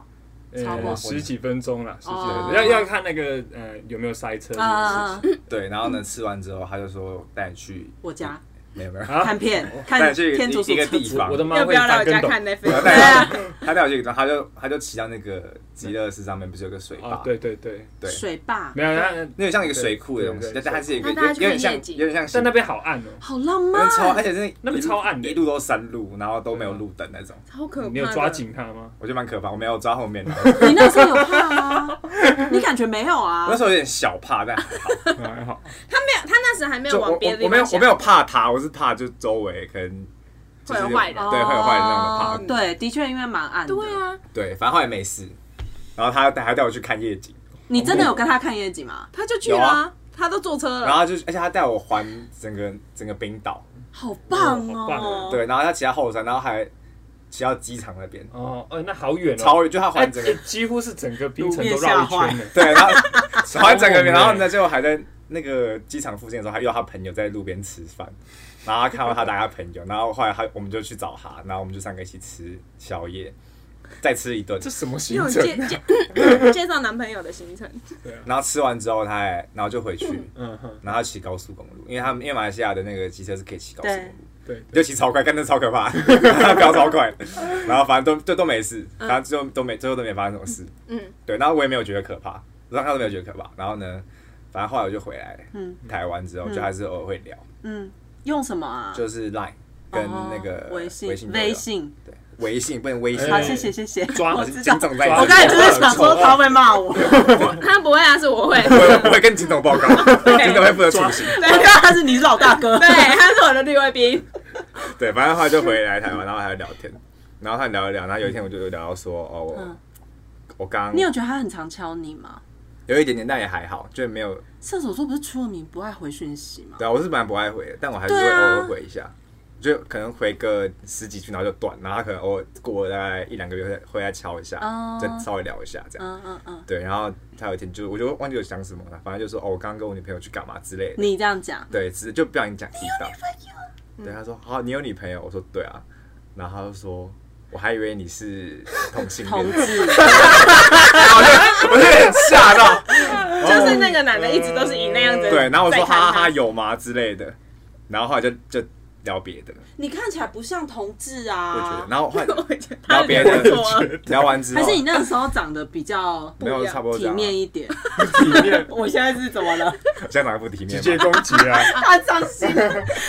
F: 呃
B: 超过
F: 十几分钟啦，十几分
B: 哦
F: 钟，要要看那个呃有没有塞
E: 嗯
F: 车这件
B: 啊
F: 事情。，
E: 对，然后呢，吃完之后，他就说带你去，
B: 我家
E: 没有没有，
F: 啊
B: 看片，
E: 哦带
B: 看
E: 你去
B: 天竺
E: 一
B: 鼠
E: 一个
B: 车
E: 地
B: 子。
E: 方，
F: 我的妈
C: 要不
F: 会
C: 要来
F: 翻
C: 我
F: 跟
C: 家
F: 斗
C: 看 Netflix？
E: 我要带你去，他带我去，然后他就他就骑到那个极乐寺上面，不是有个水
F: 啊
E: 坝？，
F: 对对对，
E: 对，
B: 水坝，
F: 没有，那
E: 那有像一个水库的东西，
F: 对对
E: 但它是一个
C: 那
E: 有
C: 大家
E: 有
C: 去看
E: 点像
C: 夜景
E: 有点像
F: 但那边好暗哦，
B: 好浪漫
E: 那。超，而且是
F: 那边超暗的
E: 一路都山路，然后都没有路灯那种，
C: 超可怕的。
F: 你有抓紧他 吗？
E: 我觉得蛮可怕。我没有抓后 面的，
B: 你那时候有怕吗？你感觉没有
E: 我
B: 啊
E: 那？时候有点小怕，但还好
F: 还啊好，
C: 他没有，他那时还没有
E: 就我
C: 往
E: 我
C: 别的
E: 我
C: 地
E: 没有
C: 方
E: 我
C: 想
E: 没。有怕他，我是怕就周围可能就是
C: 会有坏人
E: 对，会有坏人那种的怕
B: 哦。对，的确因为蛮暗的。
C: 对，啊，
E: 对，反正后来没事。然后他带还带我去看夜景，
B: 你真的有跟他看夜景吗？
C: 他就去
E: 有
C: 啦
E: 啊，
C: 他都坐车
E: 然
C: 了。
E: 后就是而且他带我环整个整个冰岛，
B: 好棒
F: 哦好棒
B: 哦
F: 哦！
E: 嗯对，然后他骑到后山，然后还骑到机场那边，
F: 哦，呃，那好远哦，
E: 超远，就他
F: 哎
E: 环整个，
F: 几乎是整个冰城都绕一圈呢。
E: 对， 然后环整个，
F: 猛欸
E: 然后呢，最后还在那个机场附近的时候，还遇到他朋友在路边吃饭，然后他看到他打他朋友，然后后来他我们就去找他，然后我们就三个一起吃宵夜，再吃一顿
F: 这，什么
C: 你
F: 行
C: 有
F: 程
C: 介？ 介介绍男朋友的行程，
E: 然后吃完之后他还然后就回去，
F: 嗯哼，
E: 然后他骑高速公路，因为他们因为马来西亚的那个机车是可以骑高速公路
B: 对。
F: 对，
E: 就骑超快，干真的超可怕， 不要超快。然后反正都就都没事，然后最后都没最后都没发生什么事。
C: 嗯，
E: 对，然后我也没有觉得可怕，我当时都没有觉得可怕。然后呢，反正后来我就回来，
B: 嗯
E: 台湾之后就还是偶尔会聊，
B: 嗯，用什么啊？
E: 就是 Line 跟那个
B: 哦微
E: 信、微
B: 信，
E: 都有
B: 微信。
E: 对微信不能微信，
B: 好，
F: 哎
B: 谢谢谢谢。
F: 抓
B: 我
E: 我
B: 知
E: 是
B: 道
E: 金。总在，
F: 我
B: 我刚才只是想
E: 啊
B: 说他会骂 我，
C: 他不会啊，是我会。
E: 我我不会跟金总 报告，金总会负责出行。
B: 我知道他是你是老大哥
C: 对，。他是我的绿卫兵。
E: 对，反正后来就回来台湾，然后还聊天，然后他聊一聊，然后有一天我就聊到说，哦，我
B: 嗯
E: 我刚
B: 你有觉得他很常敲你吗？
E: 有一点点，但也还好，就没有
B: 射手座不是出了名不爱回讯息吗？
E: 对啊，我是蛮不爱回的，但我还是会
B: 对
E: 偶
B: 啊
E: 尔回一下，就可能回个十几句，然后就断，然后他可能偶尔过了大概一两个月会再会再敲一下，
B: 哦
E: 再稍微聊一下这样。
B: 嗯嗯嗯，
E: 对，然后他有一天就我就忘记我讲什么了，反正就说哦，我刚刚跟我女朋友去干嘛之类的。
B: 你这样讲，
E: 对，只是就不小心讲听到。对，他说好，你有女朋友？我说对啊，然后他就说。我还以为你是同性
B: 同
E: 恋，
B: 志，
E: 我就有点吓到。
C: 就是那个男的一直都是以那样子。
E: 哦对，然后我说
C: 在看
E: 哈哈
C: 他
E: 哈有吗之类的，然后后来就就聊别的，
B: 你看起来不像同志
E: 我觉得
B: 啊，。
E: 然后后来
C: 我觉得
E: 然
C: 他
E: 后别
C: 脸
E: 人
C: 不错啊。
E: 聊完之后，
B: 还是你那个时候长得比较
E: 没有差不多这
B: 体
E: 样、啊，
B: 面 一点？
F: 里面
B: 我现在是怎么了？
E: 现在哪个不体
F: 直
E: 面
F: 接
E: 嘛？
F: 攻击啊！
B: 他伤心，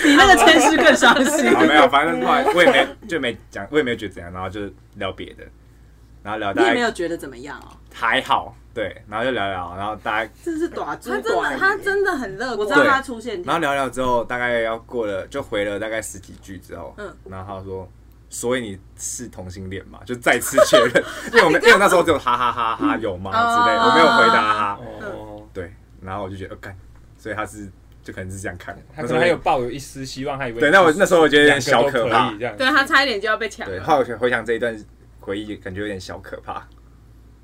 B: 比那个千师更伤 心。
E: 啊，没有，反正后来我也没就没讲，我也没觉得怎样，然后就聊别的，然后聊
B: 你
E: 大
B: 也没有
E: 概
B: 觉得怎么样哦？
E: 还好，对，然后就聊聊，然后大家，
B: 这是短 猪
C: 他真
B: 短
E: 啊
C: 的
B: 语，
C: 他真的很乐
B: 我知
C: 观
B: 道
E: 对，
B: 他出现
E: 然后
B: 点，
E: 聊聊之后，大概要过了就回了大概十几句之后，
C: 嗯
E: 然后他说。所以你是同性恋嘛？就再次确 认，因为我们因为我那时候只有哈哈哈哈有吗之类的，
C: 哦
E: 我没有回答他。
F: 哦，
E: 对，然后我就觉得，呃干、所以他是就可能是这样看我。 那
F: 他可
E: 时候
F: 能还有抱有一丝希望，还以为
E: 对，那我那时候我觉得有
F: 两
E: 点
F: 个
E: 小
F: 都
E: 可
F: 以
E: 怕。
F: 这样，
C: 对他差一点就要被抢
E: 对，
C: 了。
E: 后来回想这一段回忆，感觉有点小可怕。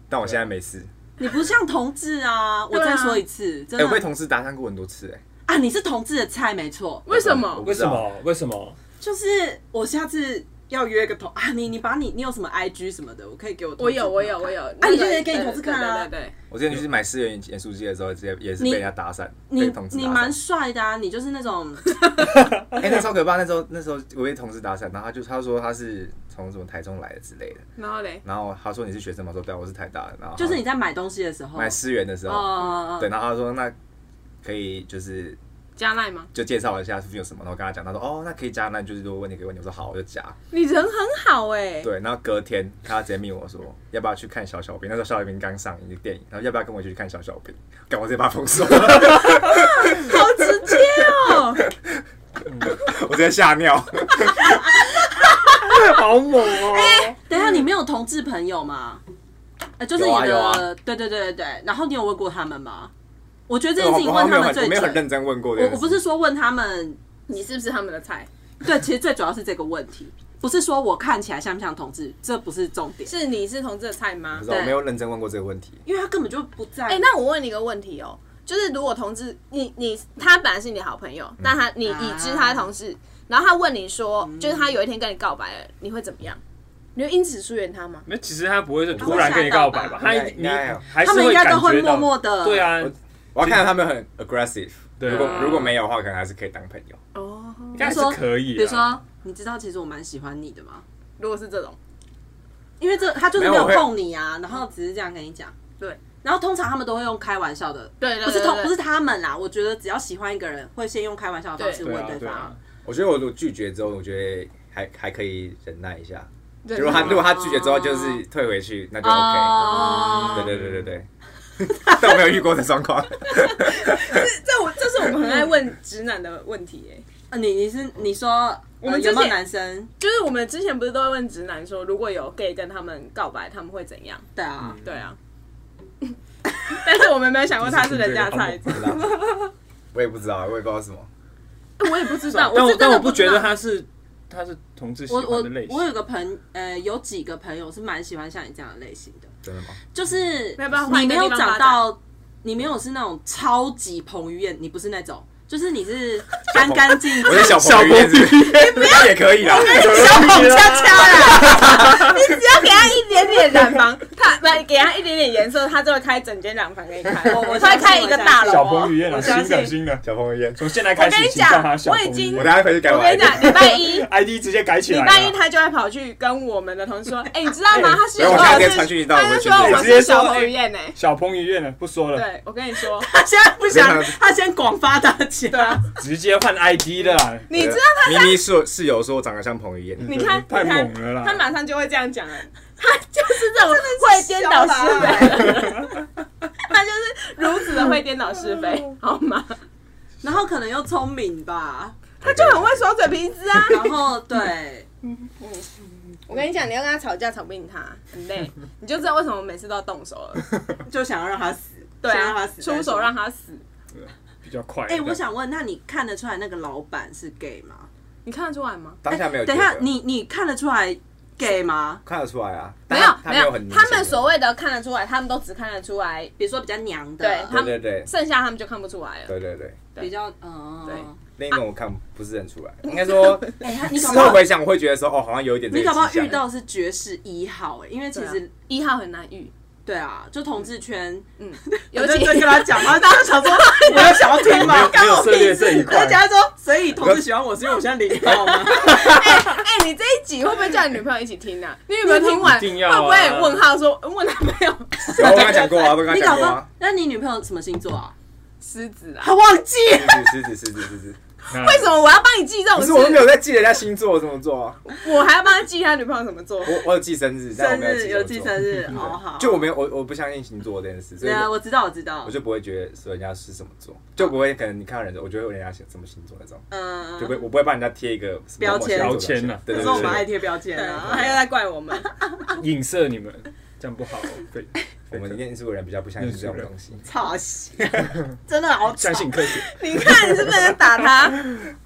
E: 但我现
F: 啊
E: 在没事。
B: 你不像同志啊！我
C: 对啊
B: 再说一次，真
E: 哎、我被
B: 的
E: 同事搭讪过很多次、哎，
B: 啊，你是同志的菜没错，
C: 为什
E: 我
C: 么？
E: 不
F: 为
E: 知
F: 什
E: 道？
F: 么？为什么？
B: 就是我下次要约个同啊，你你把你你有什么 IG 什么的，我可以给我同
C: 我
B: 志
C: 有，
B: 朋
C: 我
B: 友
C: 有，
B: 看
C: 我有。
B: 啊，你就
C: 那个
B: 可以给你同志看啊
C: 对。对对对
E: 我之前去买四元演书机的时候，直接也是被
B: 你
E: 人家搭讪，被
B: 你
E: 同事
B: 你
E: 搭
B: 蛮
E: 讪。
B: 帅的啊，你就是那种
E: 哎、那超可怕！那时候那时候我被同事搭讪，然后他就他说他是从什么台中来的之类的，
C: 然后嘞，
E: 然后他说你是学生吗？我说对啊，我是台大的。然后
B: 就是你在买东西的时候，
E: 买思源的时
B: 哦
E: 候，
B: 哦，
E: 对，然后他说那可以就是
C: 加赖吗？
E: 就介绍一下附近有什么，然后我跟他讲，他说哦，那可以加，那就是如果问你可以问你，我说好，我就加。
C: 你人很好哎。
E: 对，然后隔天他直接密我说要不要去看小小兵，那时候小小兵刚上映的电影，然后要不要跟我一起去看小小兵？赶我直接把他封锁，
C: 好直接哦！
E: 我直接吓尿。
F: 好猛 哦！
B: 等一下，你没有同志朋友吗？呃，就是你
E: 有啊有
B: 的
E: 啊，
B: 对对对对对。然后你有问过他们吗？我觉得这
E: 我
B: 件事情问
E: 没
B: 他
E: 有很
B: 们
E: 我
B: 最
E: 没有很
B: 准。
E: 认真问过这
B: 我
E: 件事
B: 我不是说问他们，
C: 你是不是他们的菜？
B: 对，其实最主要是这个问题，不是说我看起来像不像同志，这不是重点，
C: 是你是同志的菜吗
E: 不知？道，我
B: 对
E: 没有认真问过这个问题。
B: 因为他根本就不在。
C: 哎、那我问你一个问题哦，就是如果同志，你你他本来是你的好朋友，但他你已知他的同事，然后他问你说，就是他有一天跟你告白了，你会怎么样？你会因此疏远他吗？
F: 那其实他不会是突然跟你告白吧？
E: 他
F: 他
E: 会吓到吧
F: 你
E: 应该有
F: 还是
B: 他们应该都会
F: 感觉
B: 默
F: 到
B: 默的，
F: 对，啊，
E: 我要看到他们很 aggressive，
F: 对啊
E: 如果如果没有的话，可能还是可以当朋友。
C: 哦，
F: 应该是
B: 说
F: 可以啊。
B: 比如说，你知道其实我蛮喜欢你的吗？
C: 如果是这种，
B: 因为这他就是没
E: 没有我
B: 有
E: 会
B: 碰你啊，然后只是这样跟你讲。
C: 对，
B: 然后通常他们都会用开玩笑的，
C: 对对
B: 不是同
C: 对
B: 不是他们啦，我觉得只要喜欢一个人，会先用开玩笑的方式
F: 对
B: 问
F: 啊，对
B: 方
F: 啊。，
E: 我觉得我如果拒绝之后，我觉得还还可以忍耐一下。
C: 对
E: 如果他
C: 对
E: 如果他拒绝之后就是退回去，那就
C: 啊
E: OK。
B: 哦
E: 对对对对对。 但我没有遇过的状 况。
C: 这我这是我们很爱问直男的问题哎、
B: 呃你你是你说我
C: 我们之
B: 有
C: 前
B: 没有男生？
C: 就是我们之前不是都会问直男说，如果有 gay 跟他们告白，他们会怎样？
B: 对
E: 嗯
B: 啊，
C: 对啊， 但是我们没有想
F: 啊
C: 过他是人家的 菜，
E: 不知道我也不知道，啊我也不知道是什么。
C: 我也不知道，
F: 但
C: 是
F: 我
C: 真
F: 但
C: 的
F: 我不
C: 知
F: 觉
C: 道
F: 得他是他是同志喜
B: 我
F: 欢
B: 我
F: 的类型
B: 我。有个朋呃有几个朋友是蛮喜欢像你这样的类型的，
E: 真的吗？
B: 就是
C: 没有办法换
B: 你
C: 一个
B: 没有
C: 地方发
B: 长
C: 展
B: 到，你没有是那种超级彭于晏，你不是那种，就是你是干干净净。
E: 我是小朋友， 不要也可以啦。
C: 小孔恰恰啦，你只要给他一点点染房，他不给他一点点颜色，他就会开整间染房给你开。
B: 我我
C: 他会开一个大楼、哦
F: 小彭于晏
C: 我
F: 了，
C: 相
F: 新的
C: 信。
F: 新的，
E: 小朋友，
F: 从现在
C: 我
F: 开
C: 跟
F: 始
C: 你
F: 请叫
C: 讲
F: 他，小
C: 我
F: 彭
C: 已
F: 于
C: 经，
E: 我
F: 晏
E: 等下回去改
C: 我
E: 我的
C: 跟你
E: ID。
C: 讲，礼拜一，
F: 啊，ID 直接改起来
C: 礼
F: 了，
C: 拜一他就会跑去跟我们的同事 说：“哎，你知道吗？他是
E: 没有我现在直接
C: 是
E: 传讯息到我
C: 他
E: 们
C: 就
E: 群
C: 说我
E: 组
C: 们
F: 直接
C: 是
F: 说哎
C: 小彭于晏呢。
F: 小彭于晏了，不说”了，
C: 对，我跟你说，
B: 他现在不想
E: 非，常
B: 他先广发大 家。
C: 对 啊，
F: 直接换 ID 的啊啦。
C: 你知道
E: 咪咪室室友说我长得像彭于晏，
C: 你看，
F: 啊太
C: 你看
F: 猛了啦
C: 他马上就会这样讲了。他就是这种会颠倒是非的 人，他就是如此的会颠倒是
F: 哦
C: 非，好吗？
B: 然后可能又聪明吧，
E: 他
C: 就很会耍嘴皮子 啊！
B: 然后对，
C: 我跟你讲，你要跟他吵架，吵不赢他，很累， 你就知道为什么我每次都要动手了。
B: 就想要让他死，
C: 对
B: 先让他
C: 啊，
B: 死，
C: 出手让。他死。
F: 比较快。
B: 哎、我想问，那你看得出来那个老板是 gay 吗？
C: 你看得出来吗？
E: 当下没有
B: 哎
E: 觉
B: 等
E: 得。
B: 一下，你你看得出来 gay 吗？
E: 看得出来啊？
C: 没
E: 但
C: 有
E: 他，他
C: 没
E: 没有
C: 有
E: 很，明显
C: 他
E: 的
C: 们所谓的看得出来，他们都只看得出来，
B: 比如说比较娘的，啊
C: 对他
E: 对
C: 们
E: 对对
C: 剩下他们就看不出来了。
E: 对对对，
B: 比较嗯，
C: 对
E: 另一种我看不是很出来，应该说
B: 哎、他你
E: 事
B: 搞不
E: 后
B: 好
E: 回想，我会觉得说哦，好像有一点这
B: 你
E: 个
B: 搞不好
E: 迹象
B: 遇到是爵士一号、哎，因为其
C: 对啊
B: 实
C: 一号很难遇，
B: 对啊，就同志圈，
C: 嗯，
B: 我
C: 尤
B: 认
C: 其
B: 真跟他讲嘛，他就想说我要想要听吗？
F: 没有涉猎这一块
B: 而且他说，所以同志喜欢我是因为我现在零号 吗？
C: 哎、你这一集会不会叫你女朋友一起听啊？你女朋友听完
F: 一定要啊
C: 会不会问号说问男朋友
E: 有我跟他讲过啊，我跟他
B: 你
E: 讲
B: 搞
E: 过
B: 不
E: 啊
B: 好，，那你女朋友什么星座啊？
C: 狮子啊？
B: 他忘记。
E: 狮子狮子狮子狮子，
F: 为
C: 为什么我要帮你记这种
E: 不
C: 事
E: 是，我都没有在记人家星座怎么做啊，
C: 我还要帮他记他女朋友怎么做？
E: 我我有记生日，但我
B: 生
E: 没有
B: 日
E: 记
B: 有记生
E: 日，
B: 日
F: 嗯
B: 哦，好，
E: 就我没有我我不相信星座这件事，所
B: 对
E: 以
B: 啊，
E: 我
B: 我知道，我知道
E: 我，就不会觉得说人家是什么座，就不会可能你看到人，我觉得人家写什么星座那种，
B: 嗯
E: 就，不会我不会帮人家贴一个什么
B: 标签
E: 某某星座
F: 标签啊
E: 对
B: 可
E: 对
B: 是我
E: 对
B: 们爱
E: 对，
B: 贴标签
C: 对
B: 啊
C: 啊，，他又在怪我们。
F: 影射你们？这样不好哦，对，
E: 我们念书的人比较不相信这种东西。
B: 操心，
C: 真的好吵
F: 相！信科学。
C: 你看，你是不是能打他？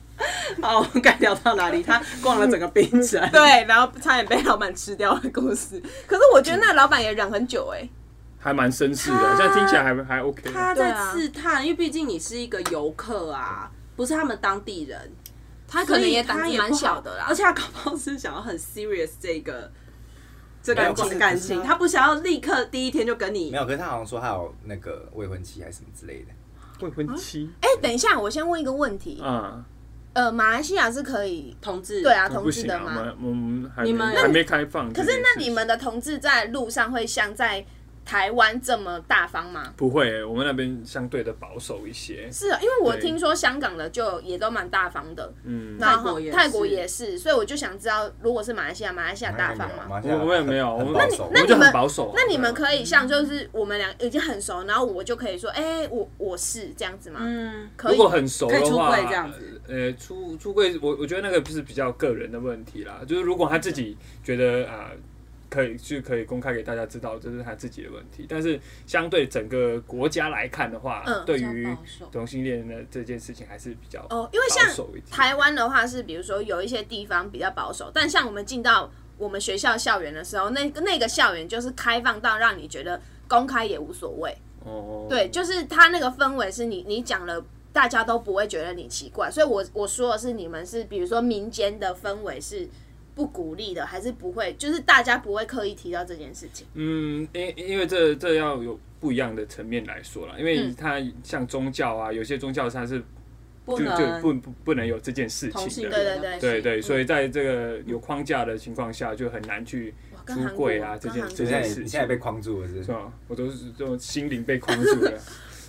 B: 好，我们该聊到哪里？他逛了整个冰城，
C: 对，然后差点被老板吃掉的故事。可是我觉得那个老板也忍很久哎、
F: 还蛮绅士
C: 啊
F: 的，这样听起来还还 OK。
B: 他
C: 对
B: 在
C: 啊
B: 试探，因为毕竟你是一个游客啊，不是他们当地人，
C: 他
B: 所以他也不好而
C: 而且
B: 且他搞不好是想要很 serious 这个这
E: 没
B: 个
E: 有其实不是
B: 感情，他不想要立刻第一天就跟你
E: 没有，可是他好像说他有那个未婚妻还是什么之类的。
F: 未婚妻
C: 哎、等一下，我先问一个问题。
F: 啊，
C: 呃，马来西亚是可以
B: 同志
C: 对啊
F: 我
C: 同
F: 不
C: 志
F: 行
C: 的
F: 啊，
C: 吗？
F: 我们我们还没
B: 你们
F: 还没开放这
C: 可
F: 件
C: 是
F: 事情。
C: 那你们的同志在路上会像在台湾这么大方吗？
F: 不会、我们那边相对的保守一些。
C: 是啊，因为我
F: 对
C: 听说香港的就也都蛮大方的，
F: 嗯，
C: 然
B: 泰国
C: 后
B: 也是
C: 泰国也是，所以我就想知道，如果是马来西亚，马来西亚大方吗？
E: 吗
F: 我我也没有，我们
E: 那
F: 我
C: 那
F: 们
C: 你
F: 就
C: 们
F: 很保守啊、
C: 那你们
F: 对啊
C: 可以像就是我们俩已经很熟，然后我就可以说，哎、我我是这样子吗？
B: 嗯，
C: 可
F: 如
C: 以
F: 果很熟
B: 可以
F: 的
B: 出
F: 话，
B: 柜这样子
F: 呃，出出柜，我我觉得那个就是比较个人的问题啦。就是如果他自己觉得啊、可以就可以公开给大家知道，这是他自己的问题。但是相对整个国家来看的话，
C: 嗯
F: 对
D: 比较
F: 于
D: 保守
F: 同性恋的这件事情还是比较
C: 哦，因为
F: 保
C: 像
F: 守一点。
C: 台湾的话是，比如说有一些地方比较保守，但像我们进到我们学校校园的时候，那那个校园就是开放到让你觉得公开也无所谓。
F: 哦，
C: 对，就是他那个氛围是你你讲了。大家都不会觉得你奇怪，所以我我说的是你们是，比如说民间的氛围是不鼓励的，还是不会，就是大家不会刻意提到这件事情。
F: 嗯，因因为这这要有不一样的层面来说啦，因为
C: 嗯
F: 它像宗教啊，有些宗教它是
B: 不
F: 就就
B: 能
F: 不不不能有这件事
B: 同性
F: 情
B: 恋
F: 的。
C: 对
B: 的
C: 对
B: 关
F: 对
B: 系
F: 对，
B: 嗯
F: 所以在这个有框架的情况下，就很难去
C: 哇跟
F: 出
C: 韩国
F: 柜啊这
C: 跟
F: 件
C: 韩国
F: 这
E: 你现
F: 件
E: 在
F: 事
E: 你现在被
F: 情，
E: 框住了是不
F: 是
E: 是？
F: 吧？我都是这种心灵被框住 了，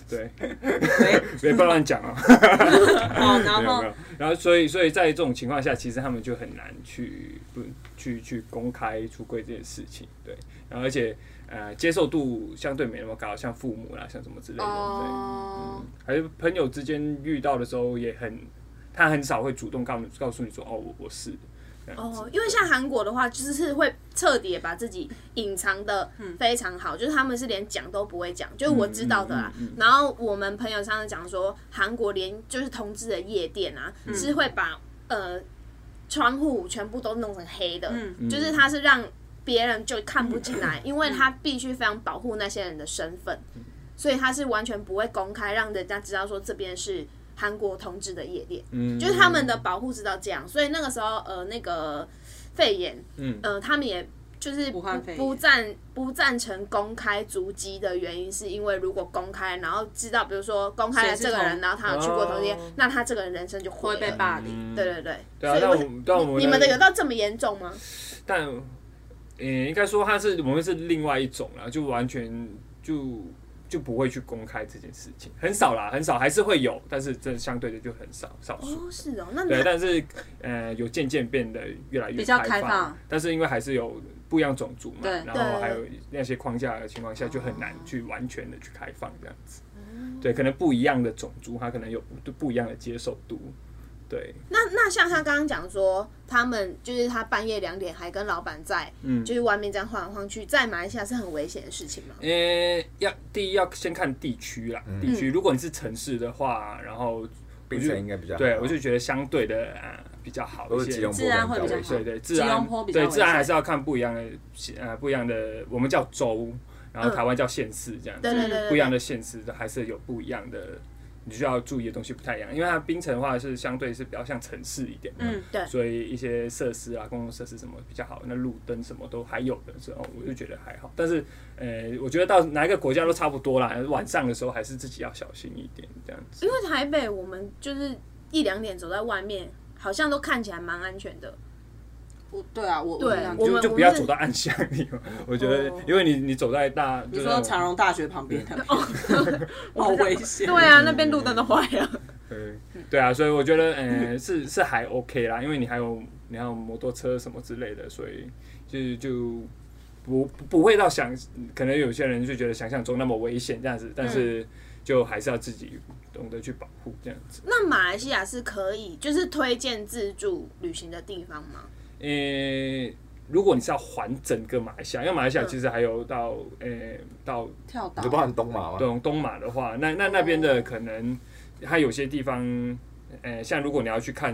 F: 对， 别不要乱讲啊。
B: 好，哦然
F: 没有
B: 后
F: 没有，然后所以所以在这种情况下，其实他们就很难去不去去公开出柜这件事情，对，然后而且呃接受度相对没那么高，像父母啦，像什么之类的，嗯
D: 哦，
F: 对，还有朋友之间遇到的时候也很，他很少会主动告告诉你说哦我我是这样子
C: 哦，因为像韩国的话，就是是会彻底把自己隐藏的
F: 嗯
C: 非常好，就是他们是连讲都不会讲，就是我知道的啦。
F: 嗯嗯嗯
C: 然后我们朋友上次讲说，韩国连就是同志的夜店啊，
F: 嗯
C: 是会把呃窗户全部都弄成黑的，
B: 嗯
C: 就是他是让别人就看不进
F: 嗯
C: 来，因为他必须非常保护那些人的身份，所以他是完全不会公开让人家知道说这边是韩国同志的夜店。
F: 嗯
C: 就是他们的保护是到这样，所以那个时候呃那个肺炎，
F: 嗯
C: 呃他们也就是
B: 武
C: 不
B: 汉肺炎
C: 不赞不赞成公开足迹的原因，是因为如果公开，然后知道比如说公开了
B: 谁
C: 这
B: 是
C: 个
B: 同
C: 人，然后他有去过同性恋
F: 哦，
C: 那他这个人人生就
B: 会
C: 毁
B: 被
C: 了。
B: 霸凌，
C: 对对对，
F: 对啊，
C: 所以
F: 但
C: 我
F: 我但我
C: 你们的有到这么严重吗？
F: 但，嗯，应该说他是我们是另外一种啦，就完全就就不会去公开这件事情，很少啦，很少，还是会有，但是真的相对的就很少少数。
C: 哦，是哦，那
F: 对，
C: 那
F: 但是呃，有渐渐变得越来越
B: 比较开
F: 放，
B: 放
F: 但是因为还是有不一样种族嘛，
B: 对
F: 然后还有那些框架的情况下，就很难去完全的去开放这样子。对，可能不一样的种族，他可能有不不一样的接受度。对，
C: 那那像他刚刚讲说，他们就是他半夜两点还跟老板在，
F: 嗯
C: 就是外面这样晃来晃去，在马来西亚是很危险的事情吗？
F: 呃、要第一要先看地区
E: 嗯
F: 啦，地
B: 嗯
F: 区。如果你是城市的话，然后我
E: 冰城
F: 就
E: 应该比较好
F: 对我就觉得相会的呃比较好
E: 都
F: 一
E: 是吉
F: 些
E: 隆。坡
B: 治安会比较
E: 比
B: 好
F: 对对，治
B: 吉
F: 安
B: 隆坡比较
F: 对
B: 危
F: 治安还
B: 险
F: 是要看不一样的呃不一样的，我们叫州，然后
C: 嗯
F: 台湾叫县市这样子，
C: 对对对对对
F: 不一样的县市还是有不一样的。你需要注意的东西不太一样，因为它冰城的话是相对是比较像城市一点，
B: 嗯，
C: 对
F: 所以一些设施啊、公共设施什么比较好，那路灯什么都还有的时候，我就觉得还好。但是，呃，我觉得到哪一个国家都差不多啦，晚上的时候还是自己要小心一点这样子。
C: 因为台北我们就是一两点走在外面，好像都看起来蛮安全的。
B: 我对啊，我
C: 对
B: 这样
C: 我
F: 就
C: 们
F: 就不要
C: 是
F: 走到暗巷里嘛，我觉得
C: 哦，
F: 因为你你走在大，
B: 你
F: 就
B: 说
F: 是
B: 哦 长荣大学旁边的，好危险，
C: 对啊，那边路灯都坏了。
F: 嗯，对啊，所以我觉得，嗯，是是还 OK 啦，因为你还有你还有摩托车什么之类的，所以就就不不不会到想，可能有些人就觉得想象中那么危险这样子，但是就还是要自己懂得去保护这样子。
C: 那马来西亚是可以，就是推荐自助旅行的地方吗？
F: 诶、呃如果你是要环整个马来西亚，因为马来西亚其实还有到诶、到
B: 跳岛
E: 你不含东马吗？
F: 东东马的话，那
C: 哦
F: 那那边的可能它有些地方，呃，像如果你要去看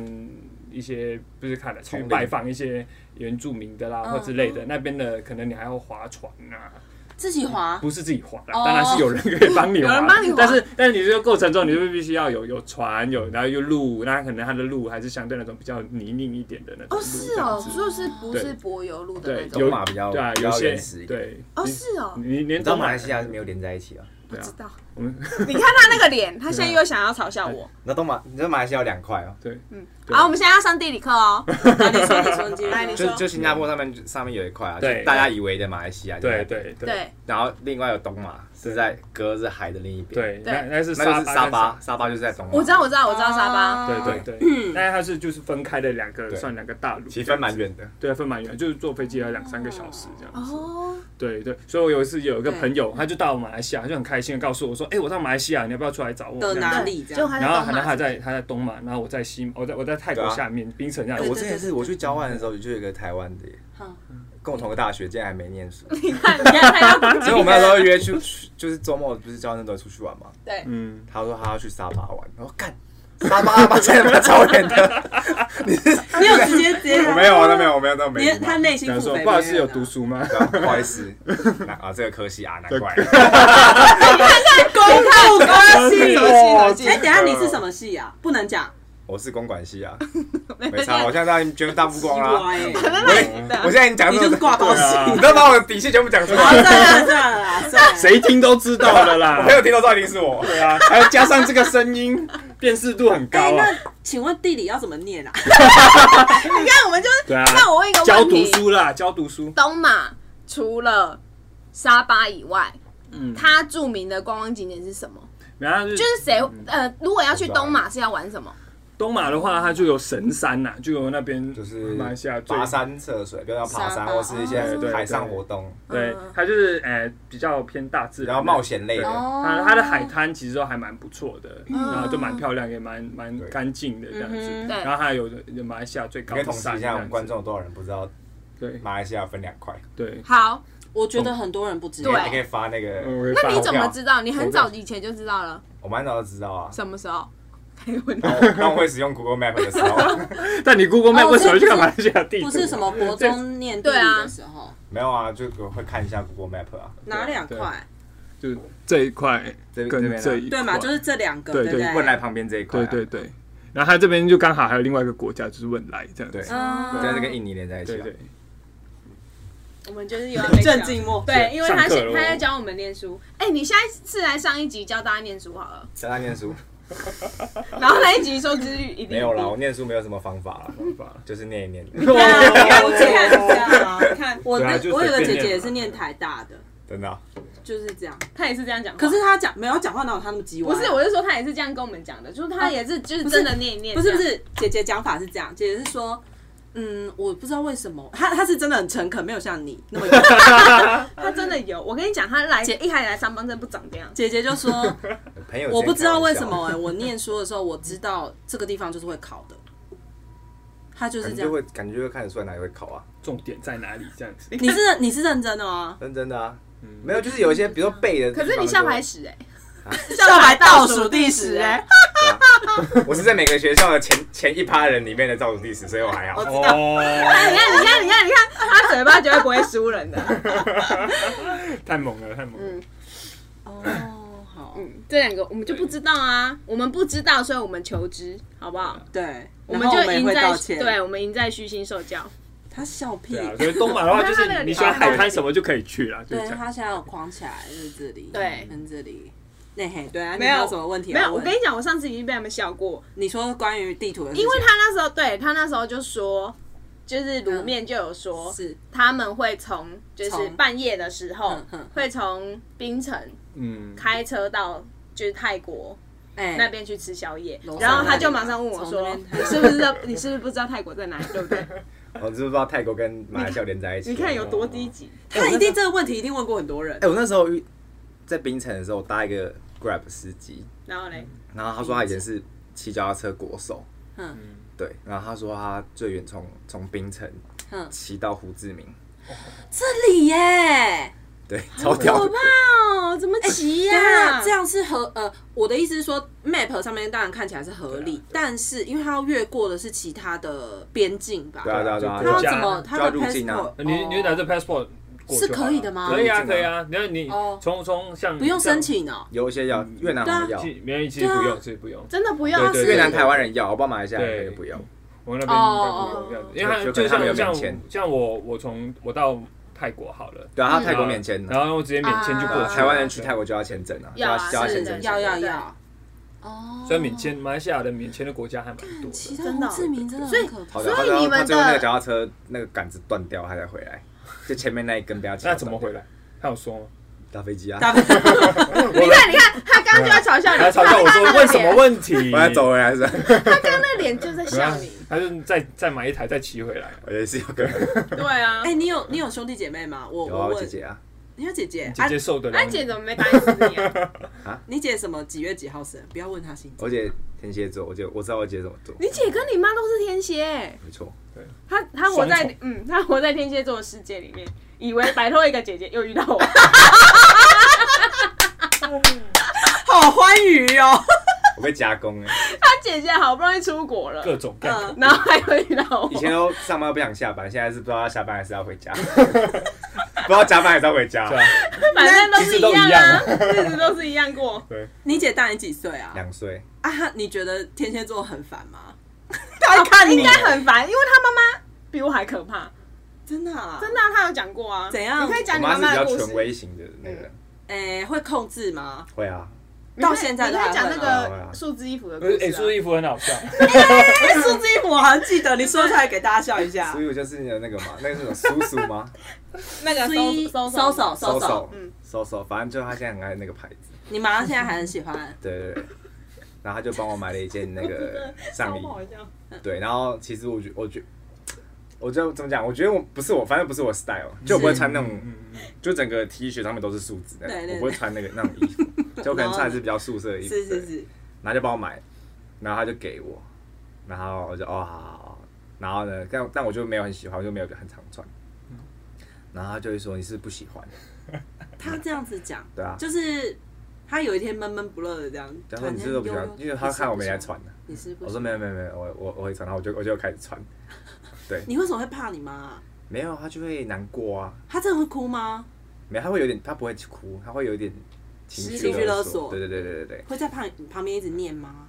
F: 一些不是看了，
E: 丛
F: 去
E: 林
F: 拜访一些原住民的啦
B: 嗯
F: 或之类的，那边的可能你还要划船啊，
B: 自己 滑，
F: 不是自己划啦，
B: 哦
F: 当然是有人可以帮你
C: 哦
F: 划，
C: 有人帮你划
F: 但是但是你这个过程中，你就必须要有有船有，然后有路，那可能它的路还是相对那种比较泥泞一点的那
C: 哦，
F: 种路
C: 是哦，就是不
F: 对
C: 是柏油路的那
F: 对，
C: 种？
E: 东
F: 有
E: 马比较
F: 对啊，
E: 比
F: 有
E: 较
F: 些
E: 原始一点。
F: 对
C: 哦，是哦，
F: 你
E: 你
F: 连
E: 知道
F: 东
E: 马来西亚是没有连在一起啊？
C: 不
F: 对啊啊
C: 知道。
F: 我们
C: 你看他那个脸，他现在又想要嘲笑我。
E: 那东马，你知道马来西亚有两块哦，
F: 对
C: 嗯
F: 对
C: 好，我们现在要上地理课哦。
B: 来你说，你说，你继续
C: 来你
B: 说
C: 说
E: 就就新加坡上面上面有一块啊，就
F: 对
E: 是大家以为的马来西亚，
F: 对，对对。
C: 对，
E: 然后另外有东马是在隔着海的另一边，，
F: 对，
C: 对
F: 那那是
E: 那就是沙
F: 沙
E: 巴，沙巴就是在东马，
C: 我知道，我知道，我知道沙巴。
F: 对对
C: 哦嗯
F: 对，但是它是就是分开的两个，
E: 对
F: 算两个大陆，
E: 其实分蛮远的，
F: 对，分蛮远，就是坐飞机要两三个小时这样子。
C: 哦，
F: 对对，所以我有一次有一个朋友，他就到马来西亚，他就很开心的告诉我说：“哎，我到马来西亚，你要不要出来找我？”
B: 的
F: 这样
B: 哪
F: 子
B: 里这
C: 结
B: 样？
C: 果他在
F: 然后
C: 东
F: 然后
C: 马
F: 他，在他在东马，然后我在西，我在我在泰国
E: 对啊
F: 下面槟城这样
E: 我
F: 子。
E: 之前是我去交换的时候，就有一个台湾的耶
B: 嗯，
E: 跟我同个大学，竟然还没念 书，
C: 你看，你看他要攻击
E: 所以我们那时候约去， 去就是周末不是交换生都会出去玩嘛，
C: 对，
F: 嗯，
E: 他说他要去沙巴玩，然后干。沙巴 巴在那边超远的，
B: 你有直接直接，
E: 我没有，啊，那没有，我没有，那没
B: 你
E: 有。
B: 他内心
F: 然后
B: 腹
F: 说
B: 诽，
F: 不好意思，有 读书吗？
E: 对啊 不好意思， 那啊，这个科系啊， 难怪。
B: 公 路关系。
D: 什么系
F: 哦
D: 什么系
B: 哎，等一下你是什么系啊？不能讲，
E: 我是公管系啊， 没差，我现在已经全部大曝光
B: 奇
F: 啊
E: 啦。
B: 怪欸
E: 我现在已经讲
B: 你
E: 这
B: 就是
E: 种，
B: 挂包系。
F: 对啊
E: 你都把我的底细全部讲出
B: 好，算
E: 来，
B: 了算了啦，算了。
F: 谁听都知道 的啦
E: 没。有听到到一定是我。
F: 对啊，还有加上这个声音，辨识度很
B: 哎，
F: 高啊。
B: 那请问地理要怎么念啊？
C: 你看我们就是。
F: 对啊，
C: 那我问一个
F: 教
C: 问
F: 读
C: 题：
F: 书啦，教读书。
C: 东马除了沙巴以外，
F: 嗯，
C: 它著名的观光景点是什么？
F: 然后就
C: 就是谁呃，如果要去东马是要玩什么？
F: 东马的话，它就有神山呐、就有那边
E: 就是
F: 马来西亚最
E: 跋山涉水，不要讲爬
B: 沙
E: 山
B: 巴
E: 或是一些
F: 哦对
E: 海上活动，
F: 对
C: 嗯，
F: 它就是呃比较偏大自
E: 然
F: 然，
E: 后冒。险类的。
B: 哦
F: 它它的海滩其实都还蛮不错的，然后就蛮漂亮，也蛮蛮
E: 对
F: 干净的这样子。
B: 嗯
C: 对
F: 然后还有有马来西亚最
E: 你
F: 高
E: 可以
F: 的
E: 统计
F: 山
E: 一
F: 这
E: 下我们
F: 样
E: 观
F: 子。
E: 众有多少人不知道
F: 对
E: 马来西亚分两块？
F: 对，
C: 好，
B: 我觉得很多人不知道
E: 你可
C: 对
E: 以你可以发那个，
C: 那
F: 那
C: 你怎么知道？你很早以前就知道了，
E: 我蛮早就知道啊。
C: 什么时候？可以问
E: 当我当我会使用 Google Map 的时候，
F: 但你 Google
B: 哦
F: Map 为什么去看
B: 所
F: 马
B: 以
F: 来西亚地图？啊
B: 不是什么 国中念地理的时候，
E: 没有啊，就我会看一下 Google Map 啊。
B: 哪两块？
F: 对，就这一块
E: 这这边
F: 跟
E: 啊
F: 这一
B: 对嘛，就是这两个，
F: 对
B: 不
F: 对
E: 汶莱旁边这一块啊，
F: 对对对。然后它这边就刚好还有另外一个国家，就是汶莱这样子。
E: 对，
B: 嗯
E: 但是跟印尼连在一起
F: 对
E: 啊。
F: 对，
C: 我们就是有要被
B: 正静默。
C: 对，因为他
F: 上课了哦
C: 他在教我们念书。哎、你下一次来上一集教大家念书好了，
E: 在那念书
C: 然后那一集收视率一定
E: 没有啦，我念书没有什么方法啦，就是念 一念。
B: 我看一下，看我
F: 对
B: 那
F: 啊就
B: 我有个
F: 随便
B: 姐姐也
F: 念嘛
B: 是念台大的，
E: 真的啊，
B: 就是这样。
C: 他也是这样讲话。
B: 可是她讲没有讲话，哪有她那么叽歪？
C: 不是，我是说他也是这样跟我们讲的，就是他也是啊就是真的念一念，
B: 不是不，是，姐姐讲法是这样，姐姐是说，嗯，我不知道为什么，她她是真的很诚恳，没有像你那么严。
C: 他真的有。我跟你讲，他来一开始来上班真的不长这样。
B: 姐姐就说，
E: 朋友之间
B: 我不知道为什
E: 开玩笑啊
B: 么、哎，我念书的时候我知道这个地方就是会考的，她就是
E: 感
B: 这
E: 觉就
B: 样。
E: 会感觉就会看得出来哪里会考啊，
F: 重点在哪里这样子？
B: 你是你是认真的 吗？
E: 认真的啊，没有就是有一些比如说背的地
C: 可
E: 方就，
C: 是你下
B: 欸
C: 排屎哎、
B: 校排倒数第十哎、
E: 我是在每个学校的前前一趴人里面的倒数第十，所以我还好。
F: 哦，
C: 哎你看你看你看你看，他嘴巴绝对不会输人的。
F: 太猛了，太猛
B: 嗯
F: 了。
C: 欸
B: 哦，好，
C: 嗯，这两个我们就不知道啊，我们不知道，所以我们求知，好不好？
B: 对，
C: 我
B: 然
C: 们
B: 后
C: 就
B: 我们
C: 赢
B: 也会
C: 在
B: 道歉。，
C: 对，我们赢在虚心受教。
B: 他笑屁
F: 对，啊，所以东马的话就
C: 那那
F: 是
C: 个
F: 你喜欢海滩什么就可以去啦，就
B: 对
F: 是这样。
B: 他现在有框起来，就是这里，
C: 对
B: 跟这里。那嘿，对啊，你
C: 没有
B: 有什么问题
C: 没
B: 要
C: 有，我
B: 问？
C: 跟你讲，我上次已经被他们笑过，
B: 你说关于地图的事情，
C: 因为他那时候对他那时候就说，就是卤面就有说，
B: 是
C: 他们会从就是
B: 从
C: 半夜的时候
B: 嗯嗯嗯，
C: 会从槟城
F: 嗯，
C: 开车到就是泰国，
B: 哎
C: 那边去吃宵夜
B: 楼，上
C: 然后他就马上问我
B: 从那
C: 说
B: 边：“
C: 你 是不是知道你是不是不知道泰国在哪里？对不对
E: 我知不知道泰国跟马来西亚连在一？”起？
C: 你看有多低级。
D: 他一定这个问题一定问过很多人
E: 哎、。我那时候遇在槟城的时候，我搭一个 Grab 司机，
C: 然后嘞，
E: 然后他说他以前是骑脚踏车国手，
D: 嗯
E: 对，然后他说他最远从从槟城
D: 嗯，
E: 骑到胡志明，
B: 这里耶，
E: 对，超屌的，
C: 哦，怎么骑
B: 对啊，这
C: 这样
B: 样是合呃，我的意思是说，map 上面当然看起来是合理，但是因为它要越过的是其他的边境吧
E: 对？啊对啊对啊，
B: 它
F: 就
B: 要
F: 国家
B: 怎么？它的
E: 就要入境啊
B: passport 哦
F: 你你拿着 passport 过
B: 是
F: 就好
B: 可以的吗
F: 可以
E: 入
F: 啊，
E: 境啊
F: 可以啊。你看你
B: 哦
F: 从从像
B: 不用申，请哦。
E: 有一些要越南好像
F: 像
E: 要，
F: 其没有其实不
B: 对
F: 用，
B: 啊
F: 其实不用。
C: 真的不要
F: 对
C: 是
F: 对
E: 越南台湾人要，我不知道马来西亚人可
F: 对
E: 以不要。
F: 我们那
B: 哦
F: 边不用，因为
E: 就可
F: 他就
E: 能他们有
F: 像
E: 免
F: 像
E: 签
F: 像我我从我到泰国好了，
E: 对啊，他泰国免签
F: 嗯然
E: 的，
F: 后我直接免签就过
C: 啊
F: 去了。
E: 台湾人去泰国就要签证啊，就
C: 要啊
E: 就要
C: 是
E: 签
C: 的
E: 证。
B: 要要
C: 对
B: 要。哦
F: 虽然免签马来西亚的免签的国家还蛮多
B: 其
F: 的，
B: 他胡志明真的
C: 真
B: 很可
C: 的
B: 怕
E: 好。的，
C: 所以你们
E: 他最后那
C: 的
E: 个脚踏车那个杆子断掉，他才回来，就前面那一根不要骑。
F: 那怎么回来？他有说吗？
E: 搭飞机啊？
B: 大家
C: 你看，你看，他刚刚就在嘲笑你，
F: 他嘲笑我 说
C: 他
F: 问什么问题？
E: 我要走回来是吧？
C: 他刚刚那脸就在笑你。
F: 他就再再买一台再骑回来。
E: 我也是有个
C: 对啊，
B: 哎，你有你有兄弟姐妹吗？我
E: 有
B: 我
E: 啊，我姐
B: 问，
E: 姐啊，
B: 你有姐哎姐？
F: 姐姐受得了
C: 安啊
F: 你，
C: 哎姐怎么没打死你啊？
B: 啊你姐什么几月几号生？不要问她星座。
E: 我姐天蝎座，我姐我知道我姐怎么做，
C: 你姐跟你妈都是天蝎欸，
E: 没错，
C: 她她活
F: 双
C: 在
F: 重
C: 嗯，她活在天蝎座的世界里面，以为摆脱一个姐姐，又遇到我。
B: 好欢愉哦！
E: 我被加工哎，
C: 她姐姐好不容易出国了，
F: 各种
B: 呃
F: 干。
C: 然后还会遇到我
E: 以。前都上班都不想下班，现在是不知道要下班还是要回 家，不知道加班还是要回家
F: 对。啊，
C: 反正都是一样啊，
F: 其
C: 日子都是一样过。
B: 你姐大你几岁啊？
E: 两岁，
B: 啊，她你觉得天蝎座很烦吗？
C: 她看哦应该很烦，因为她妈妈比我还可怕。
B: 真的啊，
C: 真的啊，她有讲过啊。
B: 怎样
C: 你可以
E: 我
C: 讲你
E: 妈是比
C: 妈
E: 较
C: 的故
E: 权
C: 事。嗯
E: 威型的那个人，
B: 哎、会控制吗？
E: 会啊，
C: 你可以
B: 到现在
C: 你
B: 都
C: 可
B: 还
C: 以
B: 会
C: 讲那
E: 会啊
C: 个数字衣服的故
F: 不是哎，
C: 事
F: 叔叔
C: 啊。
F: 衣服很好笑，
B: 哎、欸，数字衣服我好像记得，你说出来给大家笑一下
E: 所。以我就是那个嘛，那个是什么叔叔吗？
C: 那个
B: 一
C: 搜
B: 搜
C: 搜
B: 手搜手，
E: 手
C: 嗯
E: 搜手，反正就他现在很爱那个牌子，
B: 你妈现在还很喜欢。
E: 对对对。然后他就帮我买了一件那 个上衣，
C: 好笑。
E: 对。然后其实我觉我觉，我就怎么讲？我觉得我不是我，反正不是我 style，就我不会穿那
F: 嗯
E: 种，嗯就整个 T 恤上面都是数字那
B: 对
E: 种，
B: 对对
E: 我不会穿那个那种衣 服，就可能穿的是比较素色的衣服。
B: 是是
E: 对
B: 是，
E: 然后就帮我买，然后他就给我，然后我就哦好好好，然后呢，但但我就没有很喜欢，我就没有很常穿，然后他就会说你是不是不喜欢，
B: 她这样子讲，
E: 对啊，
B: 就是她有一天闷闷不乐的这样。
E: 然后你是不是不喜欢，因为他看我没在穿呢，
B: 你是不
E: 我说没有没有没有，我我我会穿，然后我就我就开始穿，
B: 你为什么会怕你妈、啊？
E: 没有他就会难过啊，
B: 她真的会哭吗？
E: 没有他会有点他不会哭，他会有点情
B: 情绪
E: 绪
B: 勒
E: 勒
B: 索
E: 索，对对对对对
B: 会在旁旁边一直念吗？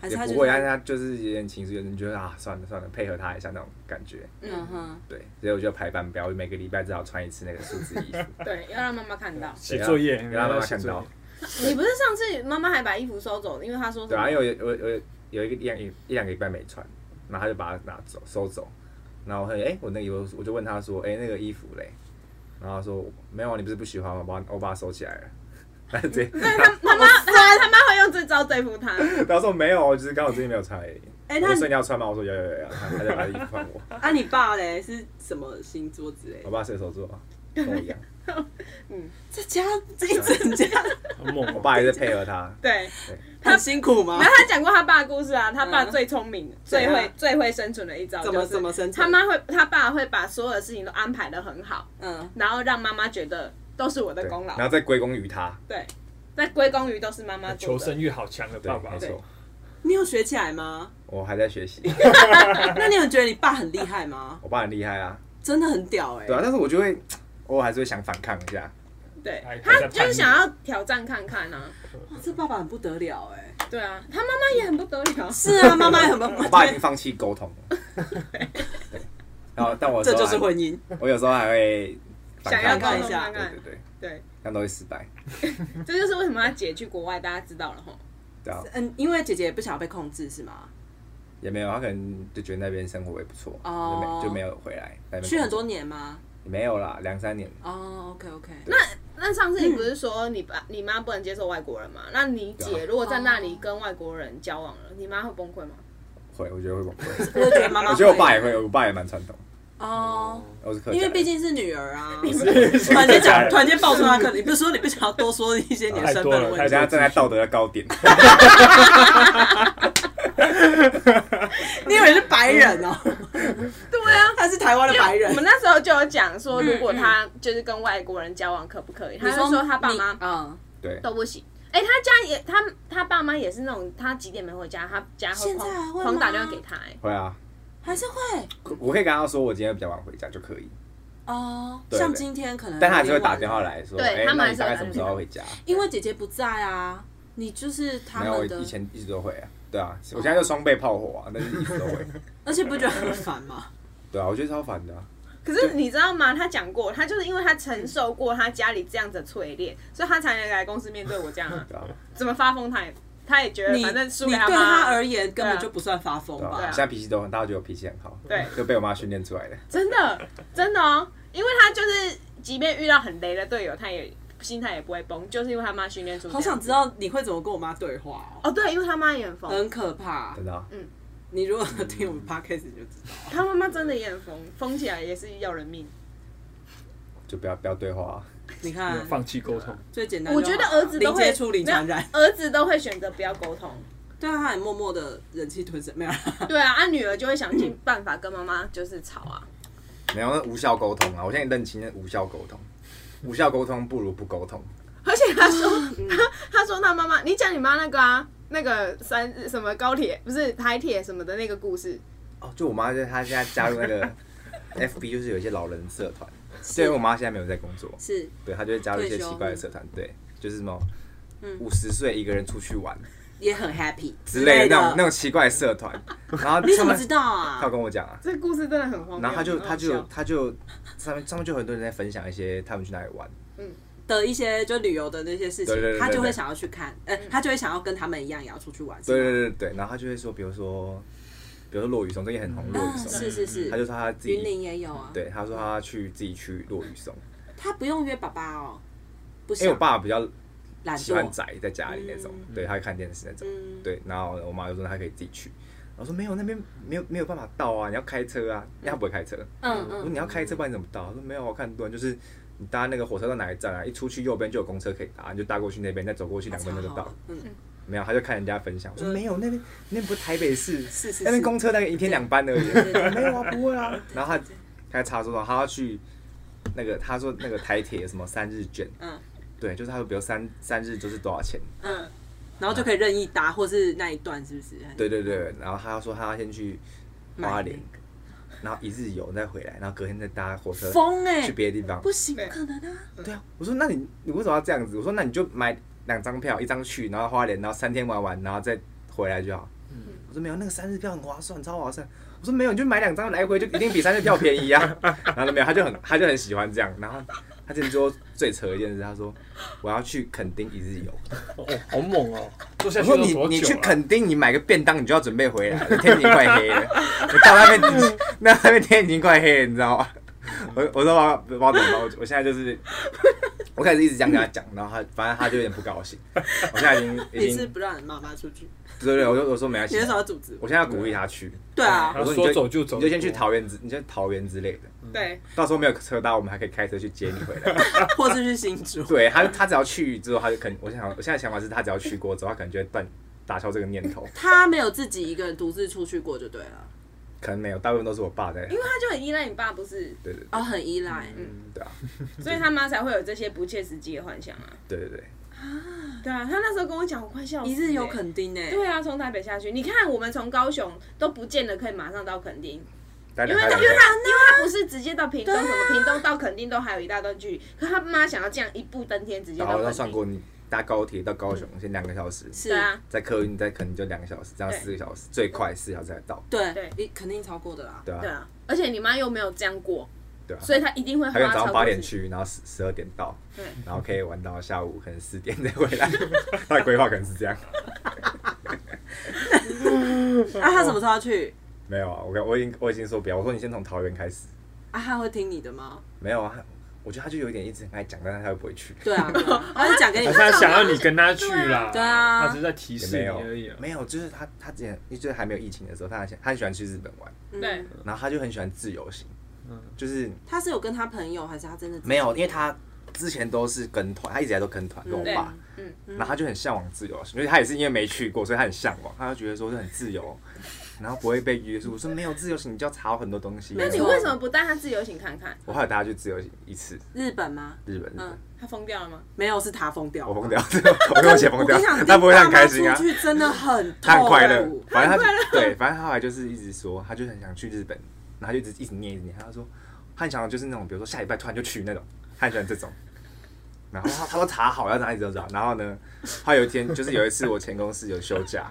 B: 还
E: 对，
B: 是她
E: 也
B: 就
E: 不会，但是
B: 是
E: 他就是有点情绪，有点觉得啊算了算了，配合他一下那种感觉，
B: 嗯哼，
E: 对，所以我就排班表，我每个礼拜至少穿一次那个数字衣 服。
C: 对，要让妈妈看到。
F: 写作业
E: 让啊妈妈看 到。
C: 你不是上次妈妈还把衣服收走，因为她说什
E: 对
C: 么
E: 啊，因为我有我有有一个一两一两个礼拜没穿，然后他就把它拿走收走，然后我哎、诶我那个衣服，我就问他说，哎、那个衣服嘞？然后他说没有啊，你不是不喜欢吗？我把它我把它收起来了。 然后直接，
B: 嗯
C: 他妈他他妈会用这招对付他。
E: 然后说没有，我就是刚好最近没有穿而已。
B: 哎、
E: 我
B: 那
E: 说
B: 你
E: 所以你要穿吗？我说有有有有，他他就把衣服还我。
B: 啊，你爸嘞是什么星座之类的
E: 我？爸射手座，跟我一样。
B: 这家这一整家
F: 很猛
E: 我
F: 哦。
E: 爸也在配合他，
C: 对，
B: 很辛苦吗
C: 然？后他讲过他爸的故事啊，他爸
B: 嗯
C: 最聪明、
B: 怎
C: 最
B: 样
C: 会、最会生存的一招，
B: 怎么
C: 就是
B: 怎么生存
C: 他妈会，他爸会把所有的事情都安排的很好，
B: 嗯，
C: 然后让妈妈觉得都是我的
E: 对，
C: 功劳
E: 然，后再归功于他。
C: 对，那归功于都是妈妈做
F: 求
C: 的。
F: 生欲好强的
E: 对
F: 爸，爸
E: 没，错，
B: 你有学起来吗？
E: 我还在学习。
B: 那你有觉得你爸很厉害吗？
E: 我爸很厉害啊，
B: 真的很屌哎、
E: 对啊，但是我就会偶尔还是会想反抗一下。
C: 对
E: 哎
F: 还，还
C: 他
F: 在叛逆
C: 就是想要挑战看看啊。
B: 哇这爸爸很不得了哎、
C: 对啊，他妈妈也很不得了。
B: 是啊，妈妈有没
E: 我
B: 有？
E: 爸已经放弃沟通了。对，然后但我有时
B: 这
E: 候
B: 就是
E: 还
B: 婚姻。
E: 我有时候还会反
C: 想要
E: 抗
C: 沟
E: 一
C: 通
E: 下，
C: 看
E: 对
C: 看
E: 对，对，
C: 对，
E: 但都会失败，
C: 这就是为什么他姐去国外，大家知道了吼。
E: 对啊，
B: 嗯，因为姐姐也不想要被控制是吗？
E: 也没有，他可能就觉得那边生活也不错，就
B: 哦
E: 没就没有回来。在那边
B: 去很
E: 工作
B: 多年吗？
E: 没有啦，两三年，
B: 哦，OK OK，
E: 那
C: 那上次你不是说你爸你妈不能接受外国人吗？那你
E: 对啊
C: 姐如果在那里跟外国人交往了，你妈会崩溃吗？
E: 会，我觉得会崩溃。
G: 我就觉得妈妈，
E: 我觉得我爸也会，我爸也蛮传统，
G: 哦，
E: 我是客家人，
B: 因为毕竟是女儿 啊。
F: 突
B: 突然间讲，突然间爆出他可能，你不是说你不想要多说一些你的身份的
E: 我现
B: 问
F: 太多
B: 题？
F: 了
E: 在站在道德的高点，
B: 你以为是白人 哦？
C: 对啊，
B: 他是台湾的白
C: 我
B: 人
C: 们。那时候就有讲说，如果他就是跟外国人交往可不可以？他就嗯说他爸妈
B: 你嗯，
E: 对，
C: 都不行。哎、他家也他他爸妈也是那种，他几点没回家，他家会
B: 现在还
C: 狂
B: 会吗
C: 狂打电话给他、哎，
E: 会啊，
B: 还是会
E: 我可以跟他说我今天比较晚回家就可以，
B: 哦。
E: 对对
B: 像今天可能，
E: 但他还是会打电话。来说，
C: 对
E: 哎，
C: 他们
E: 那
C: 还
E: 你
C: 是
E: 大概
C: 会打
E: 什么时候回家？
B: 因为姐姐不在啊，你就是他
E: 没有，我
B: 们的
E: 以，前一直都会啊，对啊，我现在就双倍炮火啊，但是一直都会，
B: 而且不觉得很烦 吗？
E: 对啊，我觉得超烦的啊，
C: 可是你知道吗？他讲过，他就是因为他承受过他家里这样子的淬炼，所以他才能来公司面对我这样啊。
E: 对啊，
C: 怎么发疯他也他也觉得
B: 你
C: 反正输
B: 你
C: 给
B: 对
C: 妈
B: 他而言根本
C: 对啊
B: 就不算发疯
E: 对啊，
B: 吧？
E: 现在脾气都很大，我觉得我脾气很好，
C: 对
E: 就被我妈训练出来的，
C: 真的 真的哦，因为他就是即便遇到很雷的队友，他也心态也不会崩，就是因为他妈训练出这
B: 好
C: 样子。
B: 想知道你会怎么跟我妈对话哦，
C: 哦，对，因为他妈也很疯，
B: 很可怕
E: 真。的啊，
B: 你如果
E: 嗯
B: 听我们 podcast 你就知道。
C: 他妈妈真的也很疯，疯起来也是要人命。
E: 就不要不要对话啊，
B: 你看，
F: 放弃沟通，
B: 最简单就
C: 我
B: 好，
C: 觉得儿子都
B: 零
C: 会
B: 接触零传染。
C: 没有儿子都会选择不要沟通。
B: 对啊，他很默默的忍气吞声，没有啦。
C: 对啊，啊女儿就会想尽办法跟妈妈就是吵 啊。
E: 然后无效沟通啊，我现在认清了无效沟通，无效沟通不如不沟通，
C: 而且他说，他他说他妈妈，你讲你妈那个啊，那个三什么高铁不是台铁什么的那个故事，
E: 哦，就我妈在她现在加入那 个 FB，就是有一些老人社团，虽然我妈现在没有在工作，
B: 是
E: 对她就会加入一些
B: 退休嗯
E: 奇怪的社团，对，就是什么五十岁一个人出去玩
B: 也很 happy
E: 之类的那种那
B: 种。
E: 种奇怪的社团， 然后
B: 你
E: 他
B: 怎么
E: 们
B: 知道哦
E: 她有
B: 啊？
E: 跟我讲啊，
C: 这故事真的很荒谬。
E: 然后她就
C: 很好
E: 她就
C: 笑
E: 她就上面上面就很多人在分享一些他们去哪里玩，
B: 的一些就旅游的那些事情
E: 对对对，对
B: 他就会
E: 对
B: 想要去看，呃，他就会想要跟他们一样也要出去玩。是
E: 对
B: 吗
E: 对对对，然后她就会说，比如说比如说落雨松最近很红落雨
B: 啊，
E: 松，
B: 是是是
E: 她，就说她自
B: 云
E: 己
B: 林也有啊。
E: 对她说她去自己去落雨松，
B: 他不用约爸爸哦，不
E: 因为我
B: 想
E: 爸比较
B: 懒
E: 喜欢
B: 惰。
E: 宅在家里那种，对他会看电视那种，
B: 嗯
E: 对。然后我妈就说她可以自己去，我说没有，那边没有没有办法到啊，你要开车啊，因为她不会开车，
G: 嗯
E: 我说
G: 嗯，
E: 你要开车，不然你怎么到？她说没有，啊我看很多人就是你搭那个火车到哪一站啊，一出去右边就有公车可以搭，你就搭过去那边，再走过去两分钟就
B: 超好
E: 到
B: 的。嗯，
E: 没有，他就看人家分享，我说没有，那边那边不是台北市，
B: 是是
E: 那边
B: 是。
E: 公车大概一天两班而已，
B: 对 对
E: 没有啊，不会啊。然后他他还查说他要去那个，他说那个台铁什么三日券，
B: 嗯
E: 对，就是他说比如三三日就是多少钱，
B: 嗯，然后就可以任意搭，或是那一段是不是？
E: 对对对，然后他说他要先去
B: 买
E: 花
B: 那
E: 莲，然后一日游再回来，然后隔天再搭火车
B: 疯哎
E: 去，别的地方。
B: 不行，不
C: 对
B: 可能啊！
E: 对啊，我说那你你为什么要这样子？我说那你就买两张票，一张去，然后花莲，然后三天玩完，然后再回来就好。
B: 嗯
E: 我说没有，那个三日票很划算，超划算。我说没有，你就买两张来回，就一定比三日票便宜 啊。然后他没有，他就很他就很喜欢这样。然后他今天说最扯的一件事，他说我要去垦丁一日游。
F: 哦，好猛哦！坐下
E: 我
F: 去
E: 说
F: 都
E: 你
F: 多
E: 你
F: 久啊
E: 去
F: 了？
E: 垦丁，你买个便当，你就要准备回来了，天已经快黑了。你到那 边，你那那边天已经快黑了，你知道吗？我我说我要不知道怎么办，我我现在就是，我开始一直讲跟他讲，然后他反正他就有点不高兴。我现在已 经已
B: 你是
E: 经
B: 不让你妈妈出去，
E: 对对，我就我说没关
B: 你
E: 系啊
B: 为，什么要阻止我？
E: 我现在要鼓励他去。
B: 对啊，
F: 他
E: 我说你
F: 说
E: 就
F: 走就走，
E: 你就先去桃园之，你就桃园之类的。
C: 对，
E: 到时候没有车搭，我们还可以开车去接你回来。
B: 或是去新竹。
E: 对他，他只要去之后，他就肯。我想，我现在想法是他只要去过之后，他可能就会断打消这个念头。
B: 他没有自己一个人独自出去过就对了，
E: 可能没有，大部分都是我爸在。
C: 因为他就很依赖你爸，不是，
E: 对对
B: 哦，很依赖。
C: 嗯
E: 对啊，
C: 所以他妈才会有这些不切实际的幻想啊。
E: 对对对。
C: 对啊，他那时候跟我讲，我快笑死、
B: 一日游
C: 能。
B: 垦丁欸呢、
C: 对啊，从台北下去，你看我们从高雄都不见得可以马上到垦丁，
E: 大家
C: 因为
E: 大
C: 他
E: 家
C: 因为他因为他不是直接到屏
E: 啊
C: 东，什么屏东到垦丁都还有一大段距离，可他妈想要这样一步登天直接
E: 然
C: 到
E: 后
C: 垦
E: 他
C: 丁。
E: 算过你搭高铁到高雄，先两个小时，
B: 是
C: 对啊，
E: 再客运再可能就两个小时，这样
C: 对
E: 四个小时，最快四小时才到，
B: 对
C: 对，
B: 你肯定超过的啦。
E: 对
C: 对
E: 啊，
C: 啊，而且你妈又没有这样过，
E: 对啊。
C: 所以她一定会
E: 他
C: 花
E: 可能早
C: 超
E: 上
C: 过
E: 八点
C: 自己。
E: 去，然后十十二点到，
C: 对，
E: 然后可以玩到下午可能四点再回来。他的规划可能是这样。
C: 嗯
B: 那、啊、他什么时候要去？
E: 没有啊，我跟我已经我已经说不要，我说你先从桃园开始。
B: 啊，他会听你的吗？
E: 没有啊，我觉得他就有点一直很爱讲，但是他又不会去。
B: 对 啊，
D: 他是讲给你
F: 还是他想要你跟他去啦，
B: 对啊
F: 他只是在提
E: 也
F: 示
E: 没
F: 你
E: 有
F: 而已啊，
E: 没有，就是他他之前就是还没有疫情的时候，他很想他很喜欢去日本玩，
C: 啊对，
E: 然后他就很喜欢自由行，就是
B: 嗯他是有跟他朋友，还是他真的
E: 没有，因为他之前都是跟团，他一直以来都跟团，跟我
C: 对
E: 爸，，
C: 嗯，
E: 然后他就很向往自由，所以他也是因为没去过，所以他很向往，他就觉得说是很自由，然后不会被约束。我说没有自由行，你就要查好很多东西。
C: 那你为什么不带他自由行看看？
E: 我后来带他去自由行一次，
B: 日本吗？
E: 日本，日本，
B: 嗯
C: 他疯掉了吗？
B: 没有，是他疯掉了。
E: 我疯掉， 我跟我姐疯掉
B: 我跟你 讲，
E: 他不会很开心啊
B: 跟爸妈，出去真的很痛
E: 他很快乐
B: 苦。
E: 反正哦他对，反正他后来就是一直说，他就很想去日本，然后他就一直一直念一直念，他就说他很想要就是那种，比如说下礼拜突然就去那种，他很喜欢这种。然后他他都查好要哪里走找，然后呢，他有一天就是有一次我前公司有休假，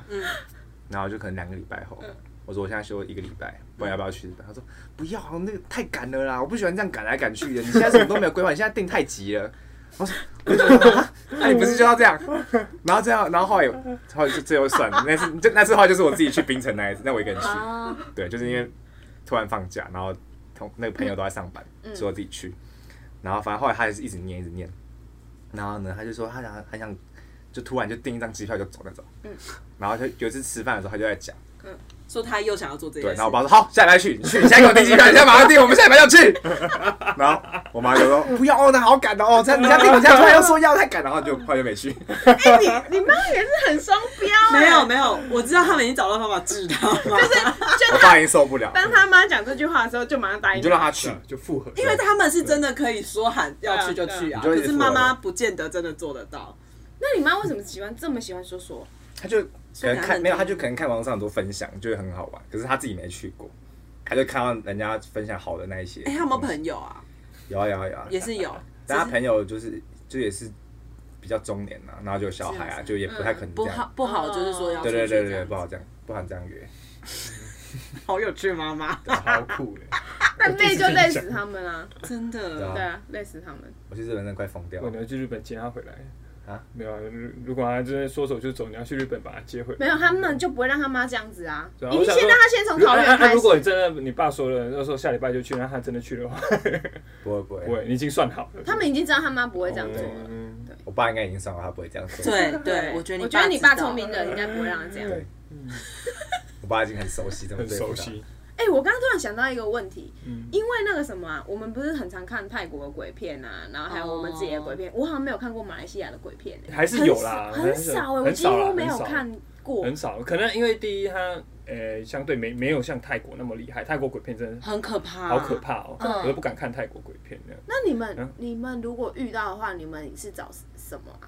E: 然后就可能两个礼拜后，我说我现在休一个礼拜，不然要不要去日本？他说不要，那个太赶了啦，我不喜欢这样赶来赶去的。你现在什么都没有规划，你现在定太急了。我说，我就觉得啊那你不是就要这样？然后这样，然后后来，后来就最后算了。那次就那次的话就是我自己去冰城那一次，那我一个人
B: 啊
E: 去，
C: 啊
E: 对，就是因为突然放假，然后同那个朋友都在上班，所以我自己去。然后反正后来他也是一直念一直念，然后呢，他就说他想很想，就突然就订一张机票就走那种。然后就有一次吃饭的时候，他就在讲，
B: 说他又想要做这
E: 对，
B: 件事
E: 然后我，爸说好，下礼拜去，你去，你现在给我订机票，你现在马上订，我们下礼拜要去。然后我妈就说不要哦，那好赶哦，这样你这样订，你这样突然又说要，太赶了，然后就后来就没去。
C: 哎，你你妈也是很双标哎，
D: 没有没有，我知道他们已经找到方法治他 了。
E: 我爸已经受不了，
C: 当他妈讲这句话的时候，就马上答应。
E: 你就让他去
F: 对，啊就复合，
D: 因为他们是真的可以说喊要去就去啊，
E: 对啊对啊
D: 可
E: 你就一直
D: 是妈妈不见得真的做得到。
C: 那你妈为什么喜欢这么喜欢说说？
E: 他就可能
B: 所以他
E: 看
B: 很
E: 没有，他就可能看网上很多分享，就会很好玩，可是他自己没去过。他就看到人家分享好的那一些，
B: 哎，他有没有朋友啊？
E: 有啊有啊有啊，
B: 也是有，
E: 但他朋友就是就也是比较中年啊，然后就有小孩啊，就也不太
F: 嗯
E: 可能这
B: 嗯不
E: 样
B: 好，不好就是说要
E: 对对
B: 出去
E: 对对
B: 这
E: 对，
B: 样
E: 不好这样，不好这样约。
D: 好有趣，妈妈
F: 好酷欸嘞，
E: 啊
C: 但累就累死他们啊！
D: 真
E: 对
D: 的。
C: 对
E: 啊，
C: 啊，累死他们。
E: 我去日本真的快疯掉
F: 我
E: 了。
F: 你要去日本接他回来
E: 啊？
F: 没有啊，如如果他真的说走就走，你要去日本把他接回来。
C: 没有，他们就不会让他妈这样子啊！
F: 对啊
C: 一
F: 我
C: 定
F: 想
C: 先
F: 说
C: 让他先从
F: 如
C: 桃
F: 啊
C: 园
F: 啊
C: 开始
F: 如。果 你真的你爸说了，那时候下礼拜就去，那他真的去的话，
E: 不会不会，
F: 不会，你已经算好了。
C: 他们已经知道他妈不会这样做了。
F: 嗯
E: 我爸应该已经算了，他不会这样做。
B: 对对，我觉得你
C: 我觉得你
B: 知道
C: 爸聪明的，应该不会让他这样。
E: 对，我爸已经很熟悉，这么
F: 很
E: 对付
F: 熟
E: 他。
F: 悉，
C: 哎、我刚刚突然想到一个问题，
F: 嗯
C: 因为那个什么啊，我们不是很常看泰国的鬼片啊，然后还有我们自己的鬼
B: 哦
C: 片，我好像没有看过马来西亚的鬼片、欸，
F: 还是有啦，
C: 很少哎、我
F: 很
C: 几
F: 少啦
C: 乎没有
F: 很少
C: 看过。
F: 很少，可能因为第一它呃相对没没有像泰国那么厉害，泰国鬼片真的
B: 很可怕，啊
F: 好可。怕哦，
C: 嗯
F: 我都不敢看泰国鬼片那样。
C: 那你们、
F: 嗯
C: 你们如果遇到的话，你们是找什么啊？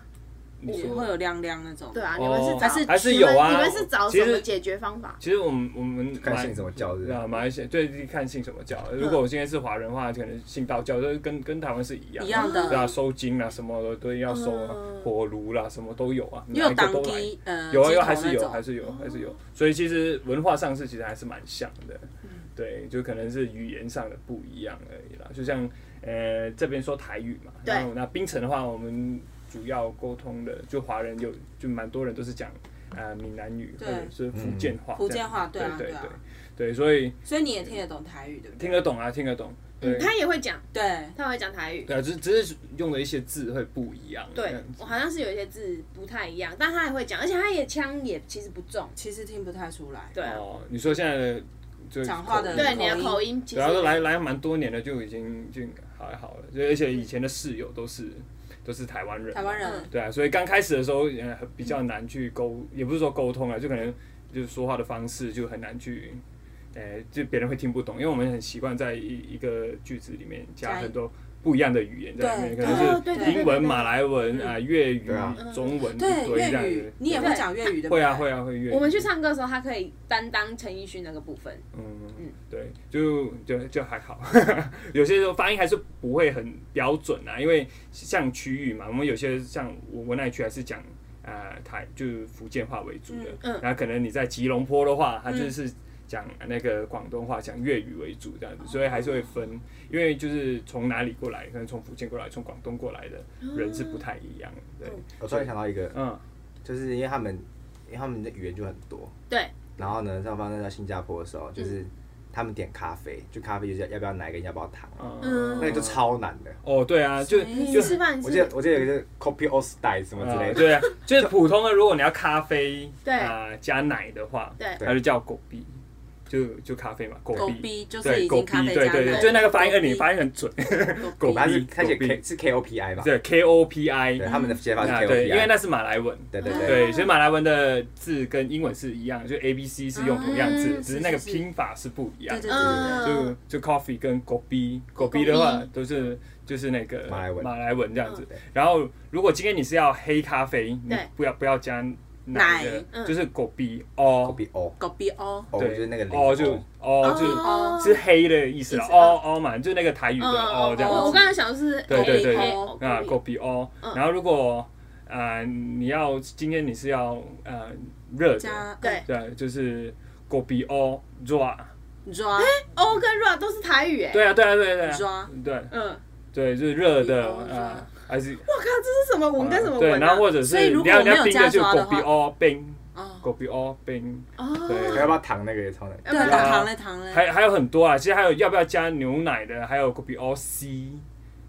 F: 你说
B: 会有亮亮那种，
C: 对啊，
F: 哦
C: 你们是找、
F: 还是还是有啊
C: 你们你们是找什
F: 其
C: 么
F: 实
C: 解决方法？
F: 其实我们我们
E: 看
F: 马
E: 信什么教是不是
F: 啊，马来西亚对看信什么教。
B: 嗯
F: 如果我今天是华人的话，可能信道教，就是跟跟台湾是一样
B: 一样的
F: 对啊，收金啊什么的都要收啊
C: 嗯，
F: 火炉啦什么都有啊，
B: 也有
F: 哪一个
B: 当
F: 都来。
B: 机，呃，
F: 有啊
B: 鸡
F: 有
B: 头
F: 啊，还是
B: 那
F: 有
B: 种嗯
F: 还是有还是有，所以其实文化上是其实还是蛮像的，对，就可能是语言上的不一样而已啦。就像呃这边说台语嘛，
C: 对
F: 那那槟城的话，我们主要沟通的就华人有就蛮多人都是讲呃闽南语或
B: 对
F: 者是福建话这
B: 福
F: 样，
B: 建话对
F: 对
B: 啊
F: 对
B: 对啊
F: 对，所以
B: 所以你也听得懂台语，对不对？
F: 听得懂啊，听得懂，对
C: 嗯，他也会讲，
B: 对，
C: 他会讲台语。
F: 对啊，只只是用的一些字会不一样，这
C: 对
F: 样子
C: 我好像是有一些字不太一样，但他也会讲，而且他也腔也其实不重。
B: 其实听不太出来。
C: 对啊，
F: 哦，你说现在的就
B: 讲话的
F: 口音
C: 对你的口音其实
F: 主要是啊来来蛮多年的，就已经就还好了，就而且以前的室友都是都是台湾人，
B: 台湾人
D: 嗯
F: 对啊，所以刚开始的时候呃比较难去沟，也不是说沟通啊，就可能就是说话的方式就很难去，呃，就别人会听不懂，因为我们很习惯在一一个句子里面加
B: 加一
F: 很多不一样的语言在里面，可
B: 对嗯
C: 哦对
F: 能
C: 对对
F: 是英
C: 对
F: 文、
C: 对
F: 马来文啊、粤语
E: 对啊、
F: 中文一
B: 对
F: 堆这样
B: 粤语
F: 子，，
B: 你也会讲粤语的，
F: 会啊会啊会粤语，
C: 我们去唱歌的时候，他可以担当陈奕迅那个部分。
F: 嗯，对，就就就还好， 有些时候发音还是不会很标准啊，因为像区域嘛，我们有些像我我那一区还是讲呃台就是福建话为主的，
C: 嗯嗯
F: 然后可能你在吉隆坡的话，它就是讲那个广东话、讲粤语为主这样
C: 哦
F: 子，所以还是会分，因为就是从哪里过来，可能从福建过来、从广东过来的人是不太一样的，对，
E: 我突然想到一个，
F: 嗯，
E: 就是因为他们，因为他们的语言就很多，
C: 对，嗯
E: 然后呢，像我发生在新加坡的时候，就是他们点咖啡，就咖啡就是要要不要奶跟要不要糖啊，
C: 嗯
E: 那个就超难的。
F: 哦，对啊，就
C: 你
F: 就
C: 吃饭
E: 我记得
C: 是
E: 我记得有一个 copy o s t y 什么之类
F: 呃
E: 的，
F: 对啊，就是普通的，如果你要咖啡
C: 对
F: 啊加奶的话，
C: 对
E: 对
F: 它就叫狗逼，就就咖啡嘛，狗
D: 狗
F: 逼。
D: 逼就是
F: 对，
D: 已
F: 狗
D: 经
F: 逼
D: 咖，啡
F: 对
D: 加
F: 对对，
D: 奶
F: 就是那个发音，
D: 狗
F: 呃，
D: 逼
F: 你发音很准，
D: 狗
F: 狗
D: 逼
E: 它是它写
F: 狗
E: K 是 K O P I 吧？
F: 对 K O P I，
E: 对，他们的写法是
F: 啊
E: K O
F: 对，
E: P
F: 因为
E: I。
F: 那是马来文，
E: 对对对，
F: 对，所以马来文的字跟英文是一样，就 A B C 是用同样字，
D: 嗯
F: 只是那个
D: 是是是
F: 拼法是不一样
D: 对。对对
C: 嗯
F: 就就 coffee 跟 kopi kopi 的话都是就是那个
E: 马来文
F: 马来文这样子
E: 嗯对。
F: 然后如果今天你是要黑咖啡，你
C: 对
F: 不要不要加奶的
B: 奶，
C: 嗯
F: 就是 kopi 哦
E: copy O
B: 狗逼哦，
E: O
F: 对，
E: 就是那个零
F: 哦就哦就
C: 哦
F: 是黑的意思了
C: 意，思嗯
F: 哦哦嘛，就那个台语的哦这
C: 我
F: 样
C: 我
F: 子
C: 刚才想的是
F: 对对对
C: 哦
F: 啊
C: 狗
F: kopi 哦
C: 嗯。
F: 然后如果啊你要今天你是要呃热的，
B: 加
C: 对
F: 对，就是 kopi 哦 raw，
D: 嗯
C: 哎
B: 抓
C: ，O 跟 Ra 都是台语哎，
F: 对啊对啊对啊对啊
B: 抓
F: 对
C: 嗯，
F: 对，就是热的
B: kopi-o，
F: 啊。还是
C: 我靠，这是什么文跟什么
F: 对，
C: 文啊？
F: 然后或者
B: 所以
F: 是
B: 如果
F: 你要
B: 没
F: 你
B: 有
F: 要冰的
B: 加
F: 就
B: 抓的
F: 狗
B: 话
F: 比哦冰，
B: 哦，
F: 狗比哦冰，
C: 哦，
E: 对，
F: 对
E: 要不要糖那个也超难。
B: 对，
C: 对
B: 打糖嘞糖嘞，
F: 还还有很多啊。其实还有要不要加牛奶的，还有狗比哦 C，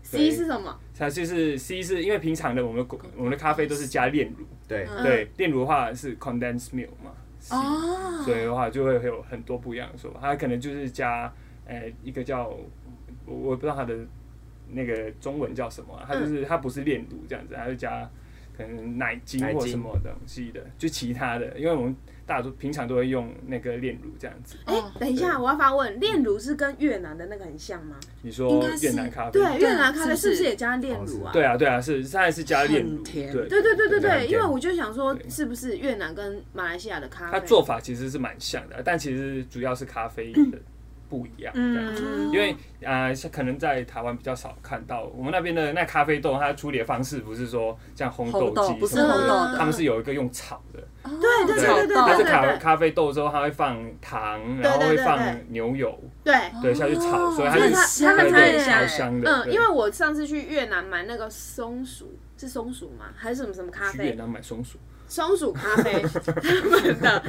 C: ，C 是什么？
F: 它就是 C 是因为平常的我们的狗我们的咖啡都是加炼乳，
E: 对，
B: 嗯
F: 对，炼乳的话是 condensed milk 嘛，C，
B: 哦，
F: 所以的话就会有很多不一样的说法。它可能就是加呃一个叫我我不知道它的那个中文叫什么
B: 嗯
F: 啊、它就是它不是炼乳这样子，它是加可能奶精
E: 奶精
F: 或什么东西的，就其他的，因为我们大家都平常都会用那个炼乳这样子。
C: 哎，等一下，我要发问，炼乳是跟越南的那个很像吗？
F: 你说
B: 应该是
F: 越南咖啡？
C: 对，越南咖啡
B: 是
C: 是
B: 不是
C: 不是也加炼乳啊？
F: 对啊，对啊，是它还是加炼乳，
B: 很甜
F: 对。
C: 对对对对
E: 对
C: 对，
E: 对
C: 因为我就想说，
F: 对
C: 是不是越南跟马来西亚的咖啡？
F: 它做法其实是蛮像的，但其实主要是咖啡因的不一样。这样子
C: 嗯
F: 因为啊，像可能在台湾比较少看到，我们那边的那咖啡豆，它处理的方式不是说像烘豆
B: 红豆
F: 机，
B: 不是
F: 什么
B: 红
F: 的
B: 豆的，
F: 他们是有一个用炒的，
C: 哦对对
F: 炒
C: 对对
B: 豆
F: 它
C: 对
F: 是
C: 对
F: 咖
C: 对
F: 咖啡豆之后，它会放糖，然后
C: 对对对
F: 会
C: 对
F: 放牛油，
C: 对，
F: 对，下去炒，所以它
C: 所
F: 就
C: 以它
F: 是
C: 它
F: 对
C: 们才
F: 对
C: 很
F: 超
C: 像
F: 香的。
C: 嗯，
F: 对
C: 因为我上次去越南买那个松鼠，是松鼠吗？还是什么什么咖
F: 去越
C: 啡？
F: 南买松鼠，
C: 松鼠咖啡，他们的，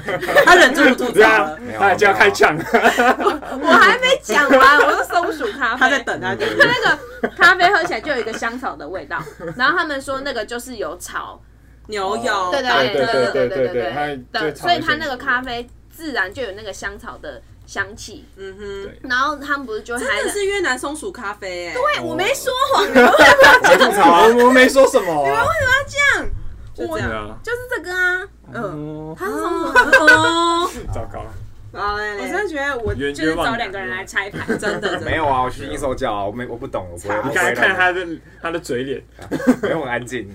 D: 他忍住吐槽
F: 对啊
D: 了，，
F: 大家开枪，
C: 我还没讲完，我是松鼠咖啡。
D: 他在等
F: 嗯
D: 他
E: 对
D: 等。
E: 对
C: 那个咖啡喝起来就有一个香草的味道，然后他们说那个就是有炒
D: 牛油，
C: 对
F: 对
C: 对
F: 对
C: 对对
F: 对对对它就
C: 的，
F: 炒
C: 所以
F: 一
C: 它
F: 些
C: 那个
F: 东西
C: 咖啡自然就有那个香草的香气。
D: 嗯哼，
C: 然后他们不是就还
D: 真的是越南松鼠咖啡哎，
C: 对我没说谎，
E: 我吐槽啊，
F: 我我没说什么啊，
D: 就这
F: 对
D: 样。
F: 啊，
C: 就是这个啊，嗯，
F: 嗯，
C: 它是松鼠。
D: 哦，
F: 糟糕了，
D: 好
C: 我
D: 嘞
C: 真的
D: 嘞，
C: 觉得我就
F: 冤
C: 是
F: 冤枉
C: 找
F: 你
C: 两个人来拆牌，
D: 真的真的
E: 没有啊，我去应受教啊，我没我不懂，我不会，我
F: 你
E: 不
F: 刚才
E: 会
F: 看
E: 的，
F: 他的他的嘴脸，
E: 没有很安静。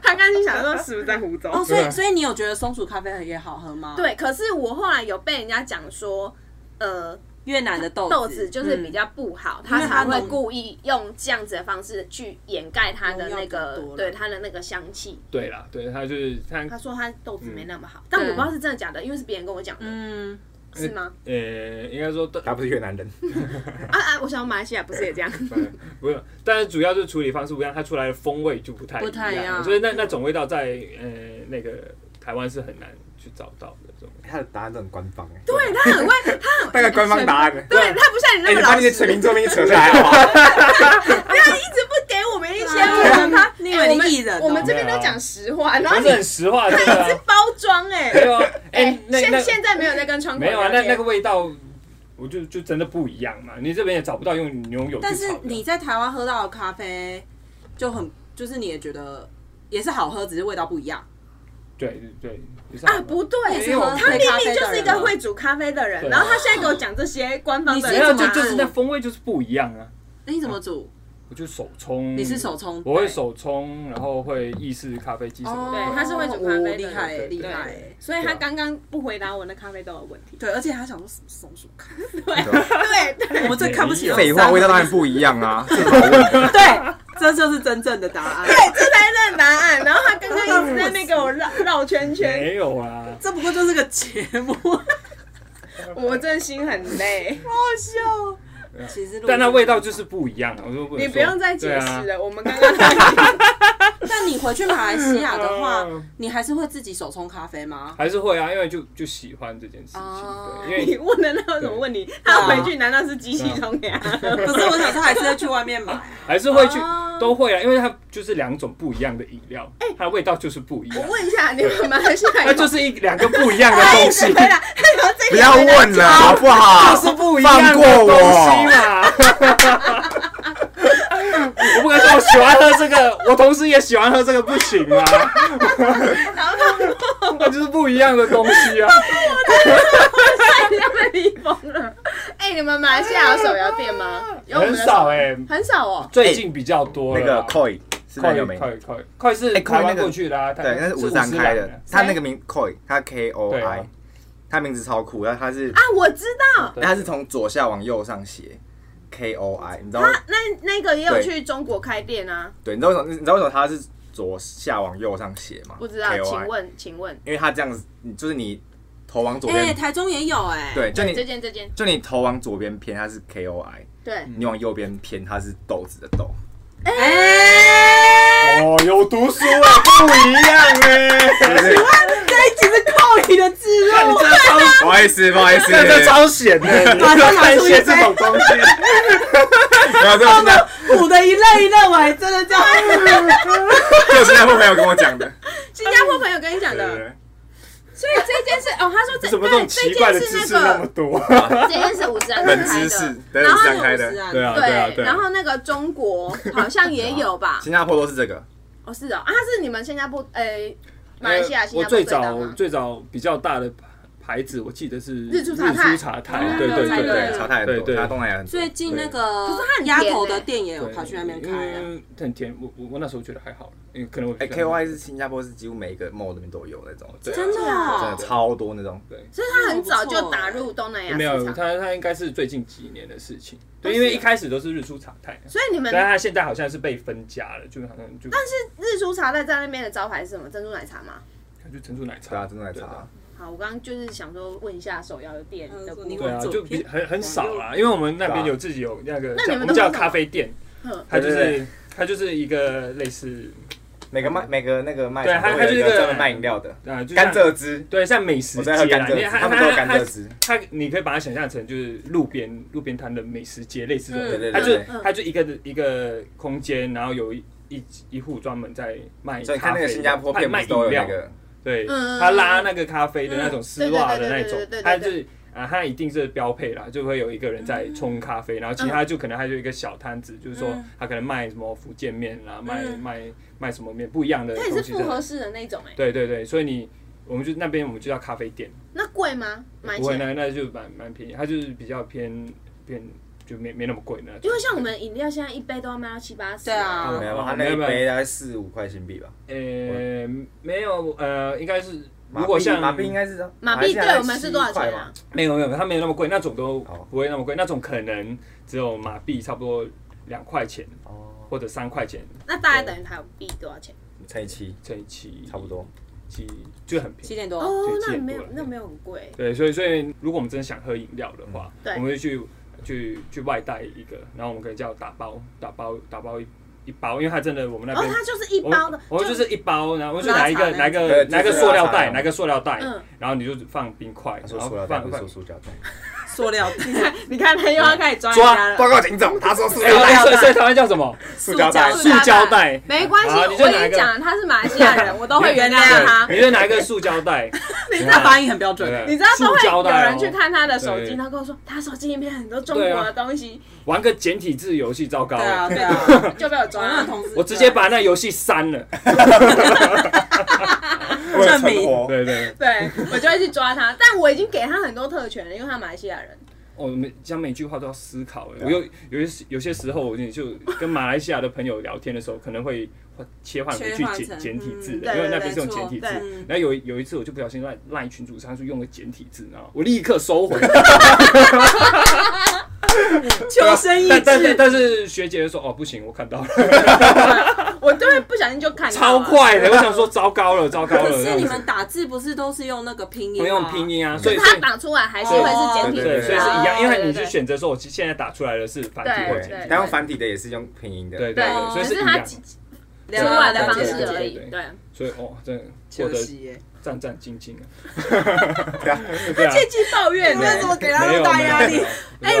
C: 他刚才想说是不是在 胡诌？
D: 哦，所以所以你有觉得松鼠咖啡也好喝吗？，
C: 对，可是我后来有被人家讲说，呃，
D: 越南的豆
C: 豆子就是比
D: 嗯
C: 较不好，他才会故意用这样子的方式去掩盖它的那
D: 农药比较
C: 个
D: 多了
C: 对它的那个香气。
F: 对啦，对他就是他
C: 他说他豆子没那么好，但我不知道是真的假的，因为是别人跟我讲的，
D: 嗯，
C: 是吗？
F: 呃，应该说对，
E: 他不是越南人，
C: 啊啊！我想马来西亚不是也这样？
F: 啊 不用，但是主要是处理方式不一样，它出来的风味就不太
D: 不太
F: 一
D: 一样
F: 所以那那种味道在呃那个台湾是很难去找到的这种。
E: 他的答案都很官方哎，
C: 对啊他很会，他
E: 大概官方答案。
C: 对他不像
E: 哎，
C: 你那
E: 你
C: 么
E: 把
C: 老
E: 你的
C: 实，
E: 水瓶座命扯下来好不好？
C: 不要一直不给我们一些我们他哎
D: 啊，你以为
C: 我
D: 你
C: 们
D: 艺人哦？
C: 我们这边都讲实话，啊然后
F: 它
C: 你
F: 是很实话，真的
C: 一直
F: 啊。
C: 包装哎。
F: 对啊，哎
C: 哎，，
F: 那
C: 现
F: 那
C: 现在没有在跟窗口
F: 没有啊，
C: 聊
F: 那
C: 天
F: 那个味道，我就就真的不一样嘛。你这边也找不到用牛油去
D: 但是
F: 炒
D: 你
F: 的。
D: 在台湾喝到的咖啡就很，就是你也觉得也是好喝，只是味道不一样。
F: 对对对
C: 啊，不对，
D: 你是喝
C: 他
D: 黑
C: 明
D: 咖啡的
C: 明
D: 人
C: 就是一个会煮咖啡的人，
F: 啊对啊
C: 然后他现在给我讲这些官方的
D: 你
F: 没
D: 是
F: 有
D: 怎么
F: 就
D: 啊
F: 就是那风味就是不一样啊。
D: 那你怎么煮？
F: 我就手冲，
D: 你是手冲？
F: 我会手冲，然后会意式咖啡机什么的。
C: 对他是会煮咖啡的
D: 哦厉害
F: 嗯对
D: 厉
C: 对
D: 害。
C: 所以他刚刚不回答我那咖啡豆的问题。
D: 对，而且他想说什么松鼠咖啡？
C: 对对，
D: 我们最看不起的
E: 废话，
D: 三
E: 味道当然
D: 个
E: 不一样啊。
D: 对，这就是真正的答案。
C: 这才是正答案。然后他刚刚一直在那边给我绕绕圈圈，
F: 没有啊，
D: 这不过就是个节目，
C: 我真的心很累。
D: 其实录
F: 但那味道就是不一样啊。我就
C: 你不用再解
F: 对啊
C: 释了，我们刚刚到底
D: 但你回去马来西亚的话，你还是会自己手冲咖啡吗？
F: 还是会啊，因为就就喜欢这件事情，
D: 哦
F: 对，因
C: 你
F: 为
C: 问的那有什么问题？他回去难道是机器
F: 啊
C: 冲给他？
D: 可是我想说，还是会去外面 买。
F: 还是会去
C: 哦哎
F: 都会啊，因为它就是两种不一样的饮料，它的味道就是不一样
C: 我，问一下，你们马来西亚有
F: 它 就是一两个不一样的东西，
C: 回来，他有啊这
E: 不要问 了好不好？
F: 就是不一
E: 放
F: 样
E: 过
F: 的东西
E: 我，
F: 嘛。我不敢说我喜欢喝这个，我同时也喜欢喝这个，不行啊。 那就是不一样的东西啊。
C: 他被逼疯了。 哎，你们马来西亚有手摇店吗？有我们
F: 很
C: 的手
F: 少，哎、
C: 很少哦。
F: 最近比较多
E: 那
F: 了
E: 个
F: 啦。
E: Koi 是那个
F: 快
E: 没？
F: 快快快是
E: 哎
F: 台
E: 快
F: 湾
E: 那个
F: 过去的啊，
E: 对，那是
F: 是
E: 五
F: 五
E: 十三开
F: 郎
E: 的，他那个名 Koi，他 K O
F: 对啊
E: I，他名字超酷，然后他是
C: 啊，我知道，
F: 对
E: 他是从左下往右上写 K O I，你知道
C: 他那那个也有
E: 对
C: 去中国开店啊。
E: 对，你知道为什么？你知道为什么他是左下往右上写吗？
C: 不知道，
E: K O
C: 请
E: I，
C: 问，请问，
E: 因为他这样子，你就是你头往左
D: 哎，
E: 边，
D: 台中也有哎。
E: 对，就
F: 嗯
C: 这
E: 你
C: 件这件，
E: 就你头往左边偏，它是 K O I，
C: 对，
F: 嗯
E: 你往右边偏，它是豆子的豆。
D: 哎，
F: 哦，有读书啊， 不一样哎、
E: 对
D: 这一集是扣你的哦自
F: 看你
D: 入，
F: 真的超，
E: 不好意思，不好意思，
F: 真的超险的、你
D: 马上拿出一
F: 写
D: 杯
F: 这种东西。
E: 没有，这是那，
D: 补的一愣一愣，我还真的这样。
E: 这是那位朋友跟我讲的。
C: 新加坡朋友跟你讲
E: 对对
C: 的，
E: 对，
C: 所以这件事哦，他说这
F: 怎么这种
C: 对
F: 奇
C: 这
F: 怪的
C: 件
F: 知
C: 是
F: 识
C: 那
F: 那
C: 个
F: 么多？
C: 这件事五十三
E: 冷
C: 开
E: 知识
C: 的，，
E: 对，
C: 然
E: 是
C: 后
E: 这样开的
D: 是。啊，
F: 对啊，对啊，
C: 对，
F: 对
C: 然
F: 啊。
C: 后那个中国好像也有 吧？
E: 新加坡都是这个，
C: 哦，是哦，啊，它是你们新加坡呃马来西亚、新
F: 我
C: 加坡
F: 最
C: 最大
F: 早
C: 吗？
F: 最早比较大的牌子，我记得是
C: 日出茶太
F: 日出茶太，
D: 嗯
F: 对对
D: 对
F: 对
E: 对，
F: 对，
E: 潮太多，
F: 对对
E: 它东南亚很多。
D: 最近那
C: 可
D: 个
C: 是它很甜
D: 鸭
C: 欸
D: 头的店也有
F: 对嗯
D: 跑去那边开啊。
F: 因为很甜。我我我那时候觉得还好，因为可能我
E: 哎，K O I 是新加坡是几乎每一个 mall 里面都有那种，
F: 对啊
D: 真的
E: 真
D: 哦
E: 的超多那种。
C: 所以它很早就打入东南亚
F: 没有
C: 市，场，
F: 它它应该是最近几年的事情。对，因为一开始都是日出茶太，啊
C: 所以你们
F: 但它现在好像是被分家了，就好像就但是
C: 日出茶太在那边的招牌是什么？珍珠奶茶吗？
F: 就珍珠奶茶，
E: 对啊，真的在
F: 对啊
E: 查。
C: 好，我刚刚就是想说问一下手摇的店的部
D: 嗯
F: 对
C: 分，
F: 啊，
D: 左
F: 就
D: 偏
F: 比很很少啦，因为我们那边有自己有那个，
C: 那你们
F: 我们
C: 都
F: 叫
C: 喝什么
F: 咖啡店
C: 嗯，
F: 它就
E: 啊对对
F: 是它就是一个类似
E: 每个卖每个那个卖
F: 对
E: 场
F: 它
E: 都
F: 它
E: 有
F: 是
E: 一
F: 一
E: 个
F: 个
E: 专门卖饮料的
F: 啊，就像
E: 甘蔗汁，
F: 对，像美食
E: 我
F: 街
E: 在喝甘
F: 啦，
E: 蔗
F: 你
E: 汁，
F: 它
E: 他们都
F: 它
E: 有甘
F: 它嗯
E: 蔗汁。
F: 它你可以把它想象成就是路边路边摊的美食街，类似
C: 嗯
F: 这种，
E: 对对
F: 它
E: 对
F: 就
E: 对，
F: 它就一个一个空间，然后有一一一户专门在卖
E: 所以你看那
F: 咖啡
E: 个
F: 的，
E: 新加坡
F: 卖
E: 片不
F: 卖
E: 是都
F: 饮
E: 有那
F: 料，
E: 个，
F: 对，
C: 嗯
F: 他拉那个咖啡的那种丝袜
C: 对对
F: 的那
C: 对
F: 种
C: 对对对对，
F: 他就是啊，他一定是标配啦，就会有一个人在冲咖啡，然后其他就可能还有一个小摊子，就是说他可能卖什么福建面啦，卖卖卖什么面不一样的
C: 它
F: 东
C: 也
F: 西
C: 是复
F: 在那
C: 合式的那种哎，
F: 对对对，所以你我们就那边我们就叫咖啡店，
C: 那贵吗？买
F: 不
C: 起
F: 会
C: 来？
F: 那那就蛮蛮便宜，它就是比较偏偏就没没那么贵呢。
C: 因为像我们饮料现在一杯都要卖到七八十，
D: 对啊
E: 没有，
F: 哦
E: 他那一
F: 没有没
E: 杯大概四五块新币吧。
F: 呃没有呃应该是
E: 马
F: 如果
E: 币
F: 像
E: 马币应该是
C: 马币对我们是多
E: 马
C: 少
E: 来西亚大概11块
C: 钱
E: 吧
C: 啊？？
F: 没有没有，它没有那么贵，那种都
E: 哦
F: 不会那么贵，那种可能只有马币差不多两块钱
E: 哦，
F: 或者三块钱
C: 那大概等于台币多少钱？
E: 乘以七，
F: 乘以七，
E: 差不多。
F: 七就很便
D: 七
F: 宜。
D: 点多，
C: 哦，那
F: 对
C: 没有
F: 见过了
C: 那没有很贵，
F: 对，所以所以如果我们真的想喝饮料的话，
C: 对
F: 我们就去去去外带一个，然后我们可以叫打包打包打包一一包，因为它真的我们那
C: 哦，
F: 边。
C: 它就是一
F: 我
C: 包
F: 们
C: 的，
F: 我们就是一包，然后我们就
D: 拉
F: 拿一个
D: 茶
F: 拿
E: 那
F: 一个
E: 种
F: 拿一个
E: 对就是
F: 塑料
E: 拉茶那种
F: 袋，拿一个塑料袋
C: 嗯，
F: 然后你就放冰块，
E: 他
F: 然
E: 说
F: 后
E: 啊塑料袋
F: 放
E: 不是
F: 放
E: 说塑胶袋，
D: 塑料
C: 你看他又要开始抓人家
E: 抓
C: 了。
E: 报告警总，他说塑
F: 哎
E: 料 袋，
F: 所以所以台湾叫什么？
E: 塑胶袋
C: 塑
F: 塑胶袋
C: 没关系，
F: 好
C: 我
F: 你
C: 已
F: 就拿一
C: 经
F: 个
C: 讲他是马来西亚人，我都哦会原谅他。
F: 你就拿一个塑胶 袋，
D: 你这发音很标准。
F: 对
C: 你知道都
F: 塑胶
C: 会有
F: 袋哦哦啊
C: 人去看他的手机，
F: 对
C: 他跟我说他手机里面很多中国的东西，
F: 玩个简体字游戏，糟糕
D: 对啊，
F: 了，
D: 对啊，
C: 就被我
D: 我
C: 抓
D: 那个
C: 了。
D: 同事
F: 我直接把那游戏删了。
E: 为了存活，
F: 对对，
C: 对，我就会去抓他，但我已经给他很多特权了，因为他马来西亚 人。
F: 我哦每讲每句话都要思考。欸
E: 对啊
F: 我有有些有些时候，我就跟马来西亚的朋友聊天的时候，可能会换切换回
D: 切
F: 去
D: 换成
F: 简简体字欸
C: 嗯
F: 的，因为
D: 对
F: 那边是用
D: 没错
F: 简体字
C: 对。
F: 然后有有一次，我就不小心赖赖群主上去用了简体字，然后我立刻收回。
D: 啊求生意
F: 但但但
D: 志，
F: 但是学姐就说：“哦，不行，我看到了，
C: 我就会不小心就看到
F: 超
C: 了。
F: 快的。”我想说，糟糕了，糟糕
D: 可
F: 了。这
D: 是
F: 样
D: 你
F: 子
D: 们打字不是都是用那个拼音
F: 我
D: 吗？
F: 用拼音啊，所以所
C: 他
F: 以哦
C: 打出来还是会是简体
E: 对
F: 对，
C: 字
F: 所以是一
C: 啊
F: 样，因为你
C: 对
F: 去
C: 对
F: 选择说，我现在打出来的是繁体或
C: 对
F: 简体
C: 对
E: 对，但用繁体的也是用拼音的，
F: 对对
C: 对
F: 对，所以
C: 可
F: 是
C: 是
F: 一
C: 他
F: 样。
C: 出来的方
F: 对
C: 式
D: 啊
F: 对
C: 而
F: 对
C: 已。
F: 对
C: 对，
F: 所以哦，真的
D: 切
F: 获
D: 尔
F: 得
D: 西耶，
F: 战战兢 兢啊。 对啊，
C: 借机抱怨
D: 哎你为什么给他那么大压力
F: 没有？
C: 哎、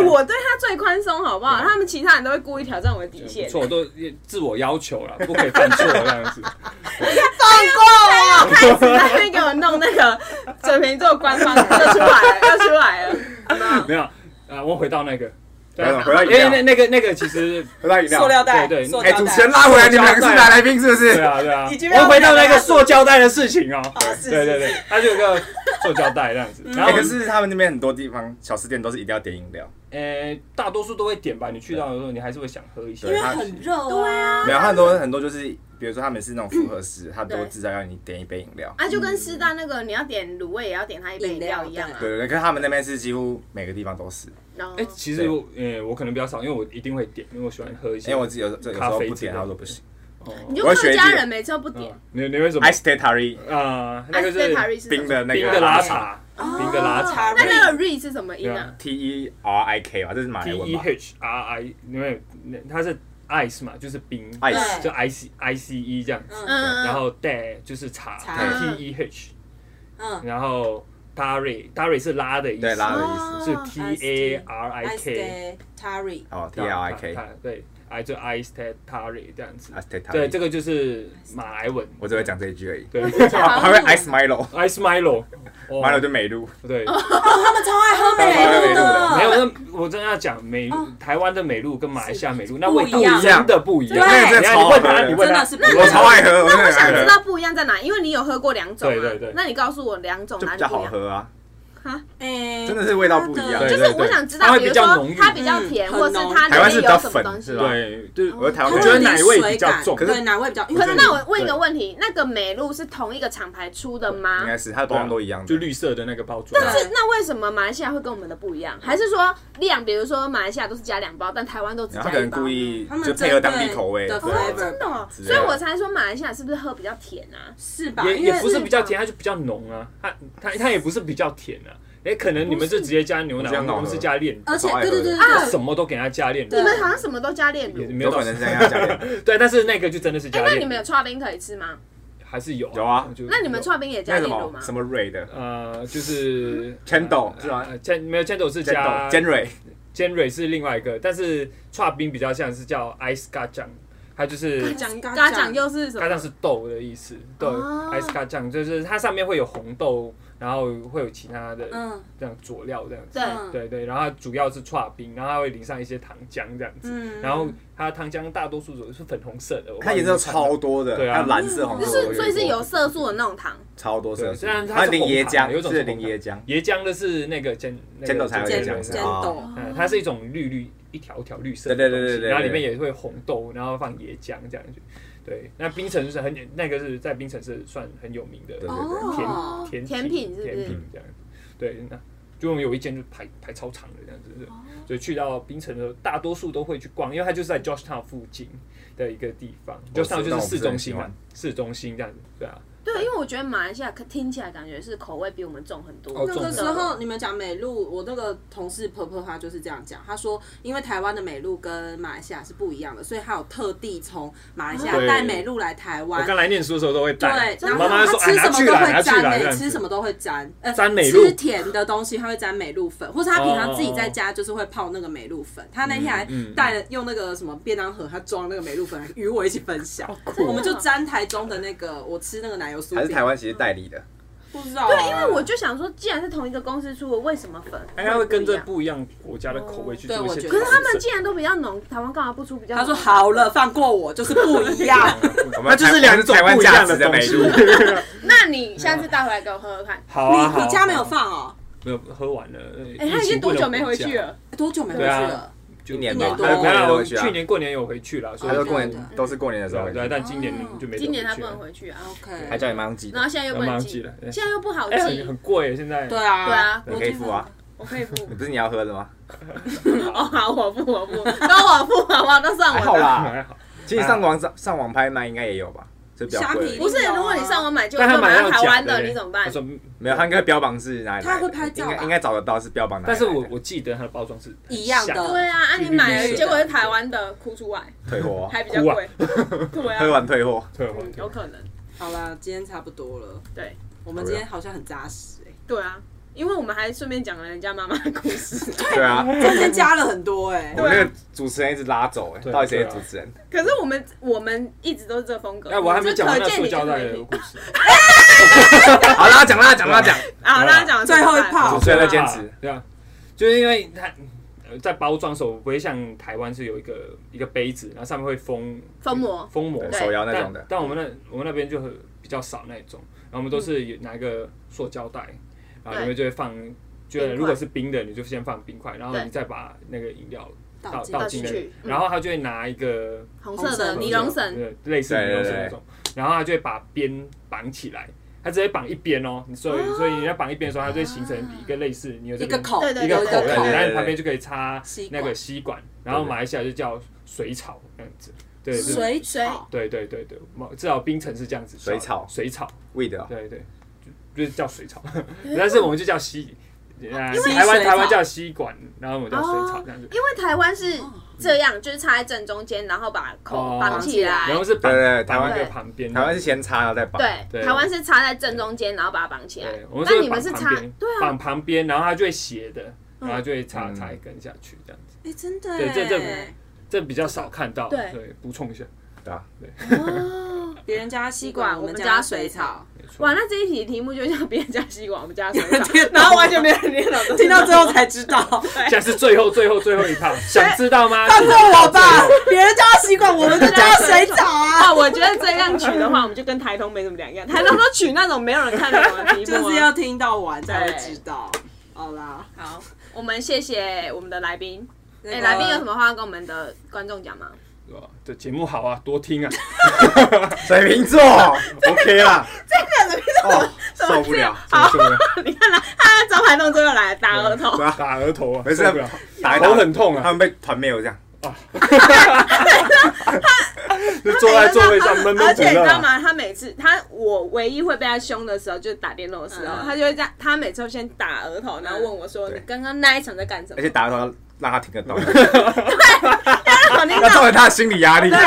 F: 对啊
C: 我对他最宽松，好不好？
F: 对啊
C: 他们其他人都会故意挑战我的底线
F: 不。错，我都自我要求了，不可以犯错这样 子。
C: 他又开始在那边给我弄那个水瓶座官 方，要出来了，要出来了。
F: 没有啊、我回到那个，对
E: 回
F: 啊，
E: 到饮
F: 因为
E: 料，
F: 那那个那个其实，
E: 回到 饮
D: 塑料
E: 料。
D: 袋，
F: 对对
D: 塑
E: 哎，
D: 料
E: 主
D: 袋
E: 持人拉回来，你们两个是男来宾是不
F: 对
E: 是？
F: 啊 对啊，
D: 已经
F: 我回到那个塑胶袋的事情哦、
D: 哦是嗯
F: 对对
D: 是
F: 对，它就有个塑胶袋这样子，然后
E: 哎，可是他们那边很多地方小吃店都是一定要点饮料，
F: 呃，大多数都会点吧，你去到的时候你还是会想喝一些
E: 对，
D: 因为
E: 他
D: 很热，对啊，
E: 没有很多很多就是，比如说他们是那种复合
C: 嗯
E: 式，他都至少要你点一杯饮料。
C: 啊，就跟师大那个你要点卤味也要点他一杯饮料一样啊。
E: 对对对，可是他们那边是几乎每个地方都是，
C: 然后
F: 哎、其实我呃我可能比较少，因为我一定会点，因为我喜欢喝一些。
E: 因为哎我自己有时候有时
F: 咖
E: 候
F: 啡
E: 不
F: 之类
E: 点，
F: 的
E: 他说不行。
C: 你
F: 哦，
C: 就
E: 我
C: 客
E: 会学
C: 家
E: 弟
C: 人每次都不点
F: 嗯，你你为什么
E: Ice Tea Tari
F: 啊、那
C: 啊，
F: 个
C: 所以
F: 是
C: 塔瑞是什么
E: 冰的那
F: 冰
E: 个
F: 的拉茶，冰的拉茶
C: 哦那那个 re 是什么音啊？
E: T E R I K 吧，这是马
F: T
E: 来
F: E
E: 文吧
F: H R I，因为它是 ice 嘛，就是冰
E: ？Ice
F: 就 I C I C E 这样子。
E: 啊
D: 嗯
C: 嗯，
F: 然后 day 就是茶
D: 茶
F: ，T E H，
D: 嗯
F: 然后 dari dari 是拉的意思，
E: 对拉的意
C: 哦 E
E: 思。
F: 是 T A R I
D: ，Ice
F: K，
D: Day Tari，
E: 哦，T R I K
F: 它对，I 就 I s t a dari 这样子。
E: Ice Tea Tari。
F: 对，这个就是马来文，
E: 我只会讲这一句而已。
F: 对
E: 我还会 Ice Milo，Milo
F: ，ice milo，哦
E: 就美露。
F: 对，
D: 他们超爱喝美露的，
F: 没有，那我真的要讲美台湾的美露跟马来西亚美露那味
D: 嗯
F: 道
D: 不一样
F: 真的不一样，
D: 对
E: 那个真的
F: 你
E: 超好
F: 问
E: 喝
F: 他，你
E: 的，
F: 问他，
D: 真的是
E: 我超爱喝，我真的
C: 那我
E: 很爱
C: 想知
E: 喝，
C: 道不一样在哪，因为你有喝过两种啊。
F: 对对对
C: 那你告诉我两种
E: 就
C: 哪
E: 比较
C: 里不一
E: 好
C: 样？
E: 喝啊，
D: 哎，
E: 真的是味道不一样
C: 就
F: 对。
C: 是我想知道，
F: 它会
C: 比如
F: 比较
C: 说
F: 浓郁
C: 它比较甜，
D: 嗯
C: 或是它
D: 很浓
E: 台湾
C: 里
E: 是
C: 面
E: 比较
C: 有什么东
E: 粉
C: 西
E: 是？吧？
F: 对，对，
E: 我在台
D: 它
E: 湾
D: 会
E: 可能
F: 我觉得
D: 有
F: 奶
D: 点
F: 味比
D: 水
F: 较
D: 感
F: 重
E: 可
D: 对
E: 是
D: 奶味比较，因为
C: 可是
D: 它
C: 那我问一个问题，那个美露是同一个厂牌出的吗
E: 应？该是它的
F: 啊
E: 包装都一样的，
F: 就绿色的那个包装，
D: 但
C: 是那为什么马来西亚会跟我们的不一样？还是说量，比如说马来西亚都是加两包，但台湾都只
E: 然后他
C: 加
E: 可能
C: 一包？
E: 故意
D: 他们
E: 就配合当地口味
D: 的
E: 对啊
D: flavor
C: 真的哦，
E: 之
C: 所
E: 类的
C: 以我才说马来西亚是不是喝比较甜啊？
D: 是吧？
F: 也
D: 因
F: 也
D: 为
F: 不是比较甜，它就比较浓啊，它它它也不是比较甜啊，哎，可能你们就直接加牛奶，
E: 不是
F: 我们我们是加炼乳，
D: 而且
E: 超爱
D: 对
E: 喝
D: 对对
E: 的
D: 对
C: 啊
D: 对，
F: 什么都给它加炼乳
D: 呃对
C: 你，们好像什么都加炼乳
F: 也。没
E: 有
F: 有到
E: 可能是这样加 点。
F: 对，但是那个就真的是
C: 哎、
F: 加
C: 那
F: 炼
C: 你
F: 乳
C: 们，有刨冰可以吃吗？
F: 还是有
E: 有啊
F: 就
C: 那你们
F: 有
C: 刨冰也
E: 那
C: 加
E: 什
C: 炼乳
E: 么
C: 吗？
E: 什么蕊的
F: 呃就是
E: 千斗是吗？
F: 呃千没有千斗是
E: 尖
F: 加
E: 斗尖蕊，
F: 尖蕊是另外一个，但是刨冰比较像是叫 ice ga 酱，它就是
D: 嘎酱
C: 刚刚讲又是什
F: 嘎
C: 么？
F: 酱是豆的意思，豆
C: 哦
F: ice ga 酱就是它上面会有红豆，然后会有其他的
D: 嗯
F: 这样佐料这样子。
C: 对，
D: 嗯
F: 对对，然后它主要是刨冰，然后它会淋上一些糖浆这样子，
D: 嗯
F: 然后它糖浆大多数都是粉红色的，
E: 它颜色超多的，
F: 对啊
E: 还有蓝色、红
C: 就
E: 色，
C: 是
E: 我
C: 所以是
E: 过
C: 有色素的那种糖。
E: 超多色
F: 对，
E: 素
F: 虽然，它
E: 还
F: 是
E: 有淋椰
F: 红糖有一
E: 浆，
F: 种
E: 是
F: 是
E: 淋
F: 红糖
E: 椰浆，
F: 椰浆的是那个尖
E: 尖豆才有
F: 尖
E: 椰浆
D: 煎
E: 是
F: 对
E: 吧
D: 煎豆
E: 哦，
F: 嗯，它是一种绿绿一条条绿色的
E: 对
F: 东西，
E: 对对对对
F: 然后里面也会红豆，然后放椰浆这样子。对，那冰城是很那个是在冰城是算很有名的
E: 对对
F: 甜
E: 对，
C: 哦
F: 甜
C: 甜品是不是
F: 甜品这样子。对，那就我们有一间就排排超长的这样子，对
D: 哦
F: 所以去到冰城的时候，大多数都会去逛，因为它就是在 Georgetown 附近的一个地方
E: 哦我知
F: ，Georgetown
E: 道
F: 就是市中心
E: 我
F: 嘛
E: 不，
F: 市中心这样子，对啊，
C: 对，因为我觉得马来西亚可听起来感觉是口味比我们重很多。
F: 哦
D: 那
F: 重
D: 个
F: 的
D: 时候你们讲美露，我那个同事婆婆她就是这样讲，她说因为台湾的美露跟马来西亚是不一样的，所以她有特地从马来西亚
F: 对
D: 带美露来台
F: 我
D: 湾。
F: 刚来念书的时候都会带
D: 对，，然
F: 我
D: 后
F: 妈妈
D: 她
F: 说哎
D: 吃
F: 拿
D: 什
F: 去
D: 么都
F: 啦，
D: 会
F: 拿去
D: 沾，
F: 啦，这
D: 美
F: 样子
D: 吃什么都会沾，呃，
F: 沾美露哦
D: 吃甜的东西她会沾美露粉，或者她平常自己在家就是会泡那个美露粉。她那天
F: 嗯
D: 还带了用那个什么便当盒，她装那个美露粉与我一起分享。
F: 哦
D: 我 们就沾台中的那个，我吃那个奶油酥
E: 还是
D: 饼
E: 台，湾其实代理的，
D: 不知道啊，
C: 对，因为我就想说，既然是同一个公司出的，为什么粉？
F: 哎，它会跟着
C: 不
F: 不一样国家的口味去
D: 对
F: 做一
D: 我
F: 些
D: 觉
F: 调
D: 得
F: 整。
C: 一样。可是他们既然都比较浓，台湾干嘛不出比较？
D: 她说，好了，放过我，就是不一样。
E: 我们
F: 那就是
E: 台
F: 两种
E: 台湾
F: 不一
E: 价
F: 样
E: 值的
F: 东
E: 美
F: 西
E: 露。。
C: 那你下次带回来给我喝喝看。
F: 好啊，好
D: 你
F: 啊
D: 你家没有放哦？
F: 没有喝完了？呃
C: 哎、他已经多久没回去了？
D: 哎多久没回去
F: 对
D: 了
F: 啊？就
E: 一年
D: 吧一年多
F: 没有没有，
E: 过年才
F: 我
E: 回去啊
F: 去年过年有回去了，所
E: 他
F: 以
E: 说
F: 我
E: 过
F: 就
E: 年都是过年的时
F: 对
E: 候
F: 啊，
E: 回去
F: 对啊，但今年就没得回去了。
C: 哦今年他不能回去啊，
E: 还
D: OK，
E: 叫你妈妈寄
C: 然后现在又
F: 要
C: 不
F: 忙
C: 能
F: 记
C: 寄
F: 了，
C: 现在又不好
F: 哎，
C: 寄
F: 很。很贵，现在
D: 对啊，
C: 对啊
E: 你可以付啊，
C: 我可以付。
E: 不是你要喝的吗？
C: 哦，好，我付，我付，都我付，好不好？都算
E: 还
C: 我
E: 好
C: 的。
E: 啦，
F: 还好。
E: 其实上网上上网拍卖应该也有吧？所以比较贵
B: 虾。皮
C: 不是，如果你上网买就
F: 但他买
C: 买
F: 到
C: 到台
F: 假
C: 湾
F: 的
C: 的，
F: 嘞
C: 你怎么办
F: 他？说，嗯
E: 没有，他应该标榜是哪里来的？
B: 他会拍照吧
E: 应该应该找得到是标榜哪里来
F: 但
E: 的。
F: 是我我记得它的包装是
B: 一样的
C: 对啊，啊你买
F: 是
C: 了，
F: 的
C: 结果是台湾的，哭出来
E: 退货啊，
C: 还比较
F: 哭啊
C: 贵，对
E: 退
C: 啊，
E: 完退货。
F: 退
C: 嗯有可能，
B: 好啦，今天差不多了。
C: 对
B: 我们今天好像很扎实哎、
D: 欸
C: 对啊，因为我们还顺便讲了人家妈妈的故事，
E: 对啊，
B: 中间加了很多哎、
D: 欸
E: 我们那个主持人一直拉走，哎，
F: 对
E: 到底谁是
F: 对啊
E: 主持人？
C: 可是我们我们一直都是这风格，
F: 哎，我还没
C: 这
F: 讲完
C: 可
F: 那
C: 见
F: 塑
C: 你
F: 胶
C: 就是
F: 袋
C: 没
F: 的
C: 品
F: 故事，
E: 好啦，讲啦，讲啦，讲。
C: 啊，大家讲
B: 最后一炮
E: 主持人在坚持，
F: 对啊，就是因为它呃在包装的时候不会像台湾是有一个一个杯子，然后上面会封
C: 封膜，
F: 封膜
E: 对
C: 对
E: 手摇那
F: 但
E: 种的，
F: 但我们那我们那边就很比较少那种，然后我们都是有拿一个塑胶袋，然后里面就会放，就
C: 冰块
F: 如果是冰的，你就先放冰块，然后
C: 对
F: 你再把那个饮料
B: 倒
F: 倒
B: 进
F: 倒
C: 倒
F: 进
C: 进
F: 那里
C: 去，嗯
F: 然后他就会拿一个
C: 红色
B: 红色
C: 的
B: 的
C: 尼龙绳，
F: 对，类似尼龙
E: 对对
F: 绳
E: 对
F: 那种，然后他就会把边绑起来。他直接绑一边哦，所以所以你要绑一边的时候，它就会形成一个类似你有这
B: 一
F: 边
B: 个口，
C: 对对
F: 一个口
B: 有一个口哎
F: 然后你旁边就可以插
B: 吸管
F: 那个吸管，然后马来西亚就叫水草这样子，对，就是
B: 水
C: 水
B: 草，
F: 对对对对，某至少冰城是这样子叫
E: 水草
F: 水草，
E: 味的哦，
F: 对对，就就是叫水草，但是我们就叫吸，呃
B: 因为
F: 台湾
B: 水草
F: 台湾叫吸管，然后我们叫水草这样子，
C: 因为台湾是这样，就是插在正中间，然后把口
F: 哦
C: 绑起来
F: 然，后是绑
E: 对对对台
F: 绑
E: 湾
F: 那个旁边，
E: 台湾是先插然后再绑，
C: 对，
F: 对
C: 台湾是插在正中间，然后把它绑起来
F: 对，我。们
C: 但
F: 是
C: 你们是
F: 绑
C: 插
F: 旁边，
C: 对啊，
F: 绑旁边，然后它就会斜的，然后就会插
E: 嗯
F: 插一根下去这样子，
B: 哎、真的
F: 对
B: 哎、
F: 这这这比较少看到，
C: 对
F: 对，补充一下，
E: 对吧？
C: 哦
B: 别人家吸管，
C: 吸管
B: 我们
C: 我们家
B: 家
C: 水
B: 水
C: 草
B: 草，
F: 没错
C: 哇，，那这一题题目就像别人家吸管，我们家水
B: 人
C: 草
B: 听得，懂
C: 啊然后完全没有人听得懂，
B: 听到最后 才知道，
C: 哎
F: 现在是最后最后最后一趴，想知道吗？
B: 放过我吧，别人家吸管，我们就叫水草啊，
C: 啊，我觉得这样取的话，我们就跟台通没什么两样。台通都取那种没有人看得懂的题目、啊，
B: 就是要听到完才会知道。
C: 哎
B: 好啦，
C: 好。我们谢谢我们的来宾。哎、
B: 那个
C: 来宾有什么话要跟我们的观众讲吗？
F: 对吧这节目好啊，多听啊，
E: 水瓶 座 OK 啦，这个
C: 怎么
E: 哦，受不了，
C: 这样
E: 真的受不了，
C: 你看他，他招牌弄最后来打额头，
E: 对啊
F: 打额头啊，
E: 没事
F: 受不了，
E: 打一打
F: 头很痛啊
E: 他，们被团灭我这样，
F: 就坐在座位上闷
C: 而
F: 闷不
C: 且你知
F: 乐
C: 道
F: 啊。
C: 吗？他每次他我唯一会被他凶的时候，就是打电动的时候，
B: 嗯
C: 他就会这样，他每次都先打额头，然后问我说：“
E: 嗯
C: 你
E: 对
C: 刚刚那一场在干什么
E: 而 且？”打的时候让他听得 到，
C: 肯定
E: 要造成他的心理压力。
C: 对，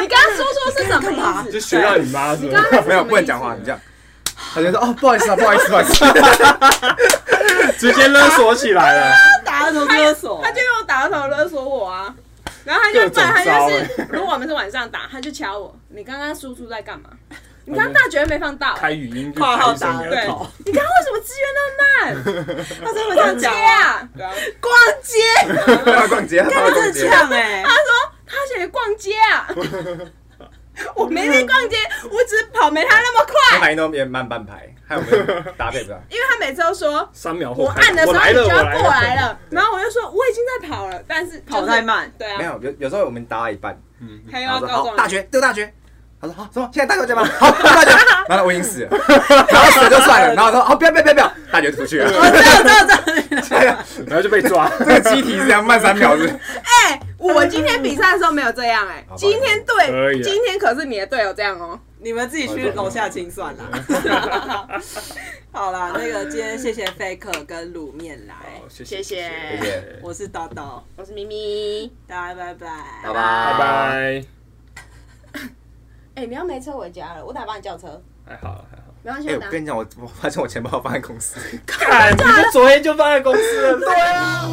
C: 你刚刚说说是什么意思？
F: 就学到你妈是吧？
C: 对
E: 没有不能讲话，你这样，他就说哦，不好意思啊，不好意思，不好意思，
F: 直接勒索起来 了，
B: 打什么勒索
C: 他？就用打头勒索我啊，然后他就
F: 各种
C: 反他
F: 招
C: 就是，如果我们是晚上打，他就敲我，你刚刚输出在干嘛？你刚刚大绝没放到、
F: 开语音就
B: 括
F: 开
B: 号
F: 一声
B: 打
F: 你
B: 额
F: 的
B: 头
F: 头，，
C: 你刚刚为什么资源那么慢？
B: 他真的这样
C: 接
B: 讲啊？
C: 啊！对啊，
B: 逛街，
E: 他要逛街，他要
B: 他真
E: 逛
B: 的
E: 街，
B: 呛哎！
C: 他说他写逛街啊， 我没在逛街，我只是跑没他那么
E: 他
C: 快，
E: 反应都变慢半拍，还有没有搭配 的？
C: 因为他每次都说。
F: 三秒后
C: 我按的时
F: 我
C: 候
F: 来
C: 你
F: 了，
C: 就
F: 我
C: 要过来
F: 来了，
C: 了，然后我就说我已经在跑了，但是就是
B: 跑太慢
C: 对
E: 没
C: 啊，
E: 有，有有时候我们打到一半，
C: 他又
E: 然后
C: 要
E: 说
C: 告
E: 好
C: 状。
E: 大学丢大学，他说好什么现在大学对吗？好丢大学，然后我已经死了， 然后死了就算 了，然后说哦不要不要不要不要，大学出去了，
C: 哦
F: 然后就被 抓。
E: 这个机体是这样慢三秒是不是？
C: 哎，我今天比赛的时候没有这样哎、
E: 好吧
C: 今天
F: 可以
C: 对，
F: 啊
C: 今天可是你的队友这样哦、
B: 你们自己去楼下清算啦。 好啦，那个今天谢谢 Faker 跟卤面来，
F: 好，谢
C: 谢谢
E: 谢谢，
B: 我是叨叨，
C: 我是咪咪。
B: 大家拜拜。
E: 拜拜
F: 拜
E: 拜。
F: 拜。
C: 哎、你要没车回家了，我打帮你叫车，
F: 还好还好，
C: 没关系，
E: 哎，
C: 我
E: 我
C: 打。
E: 跟你讲，我我发现我钱包放在公司。
F: 哎看，你就昨天就放在公司了。
E: 对啊。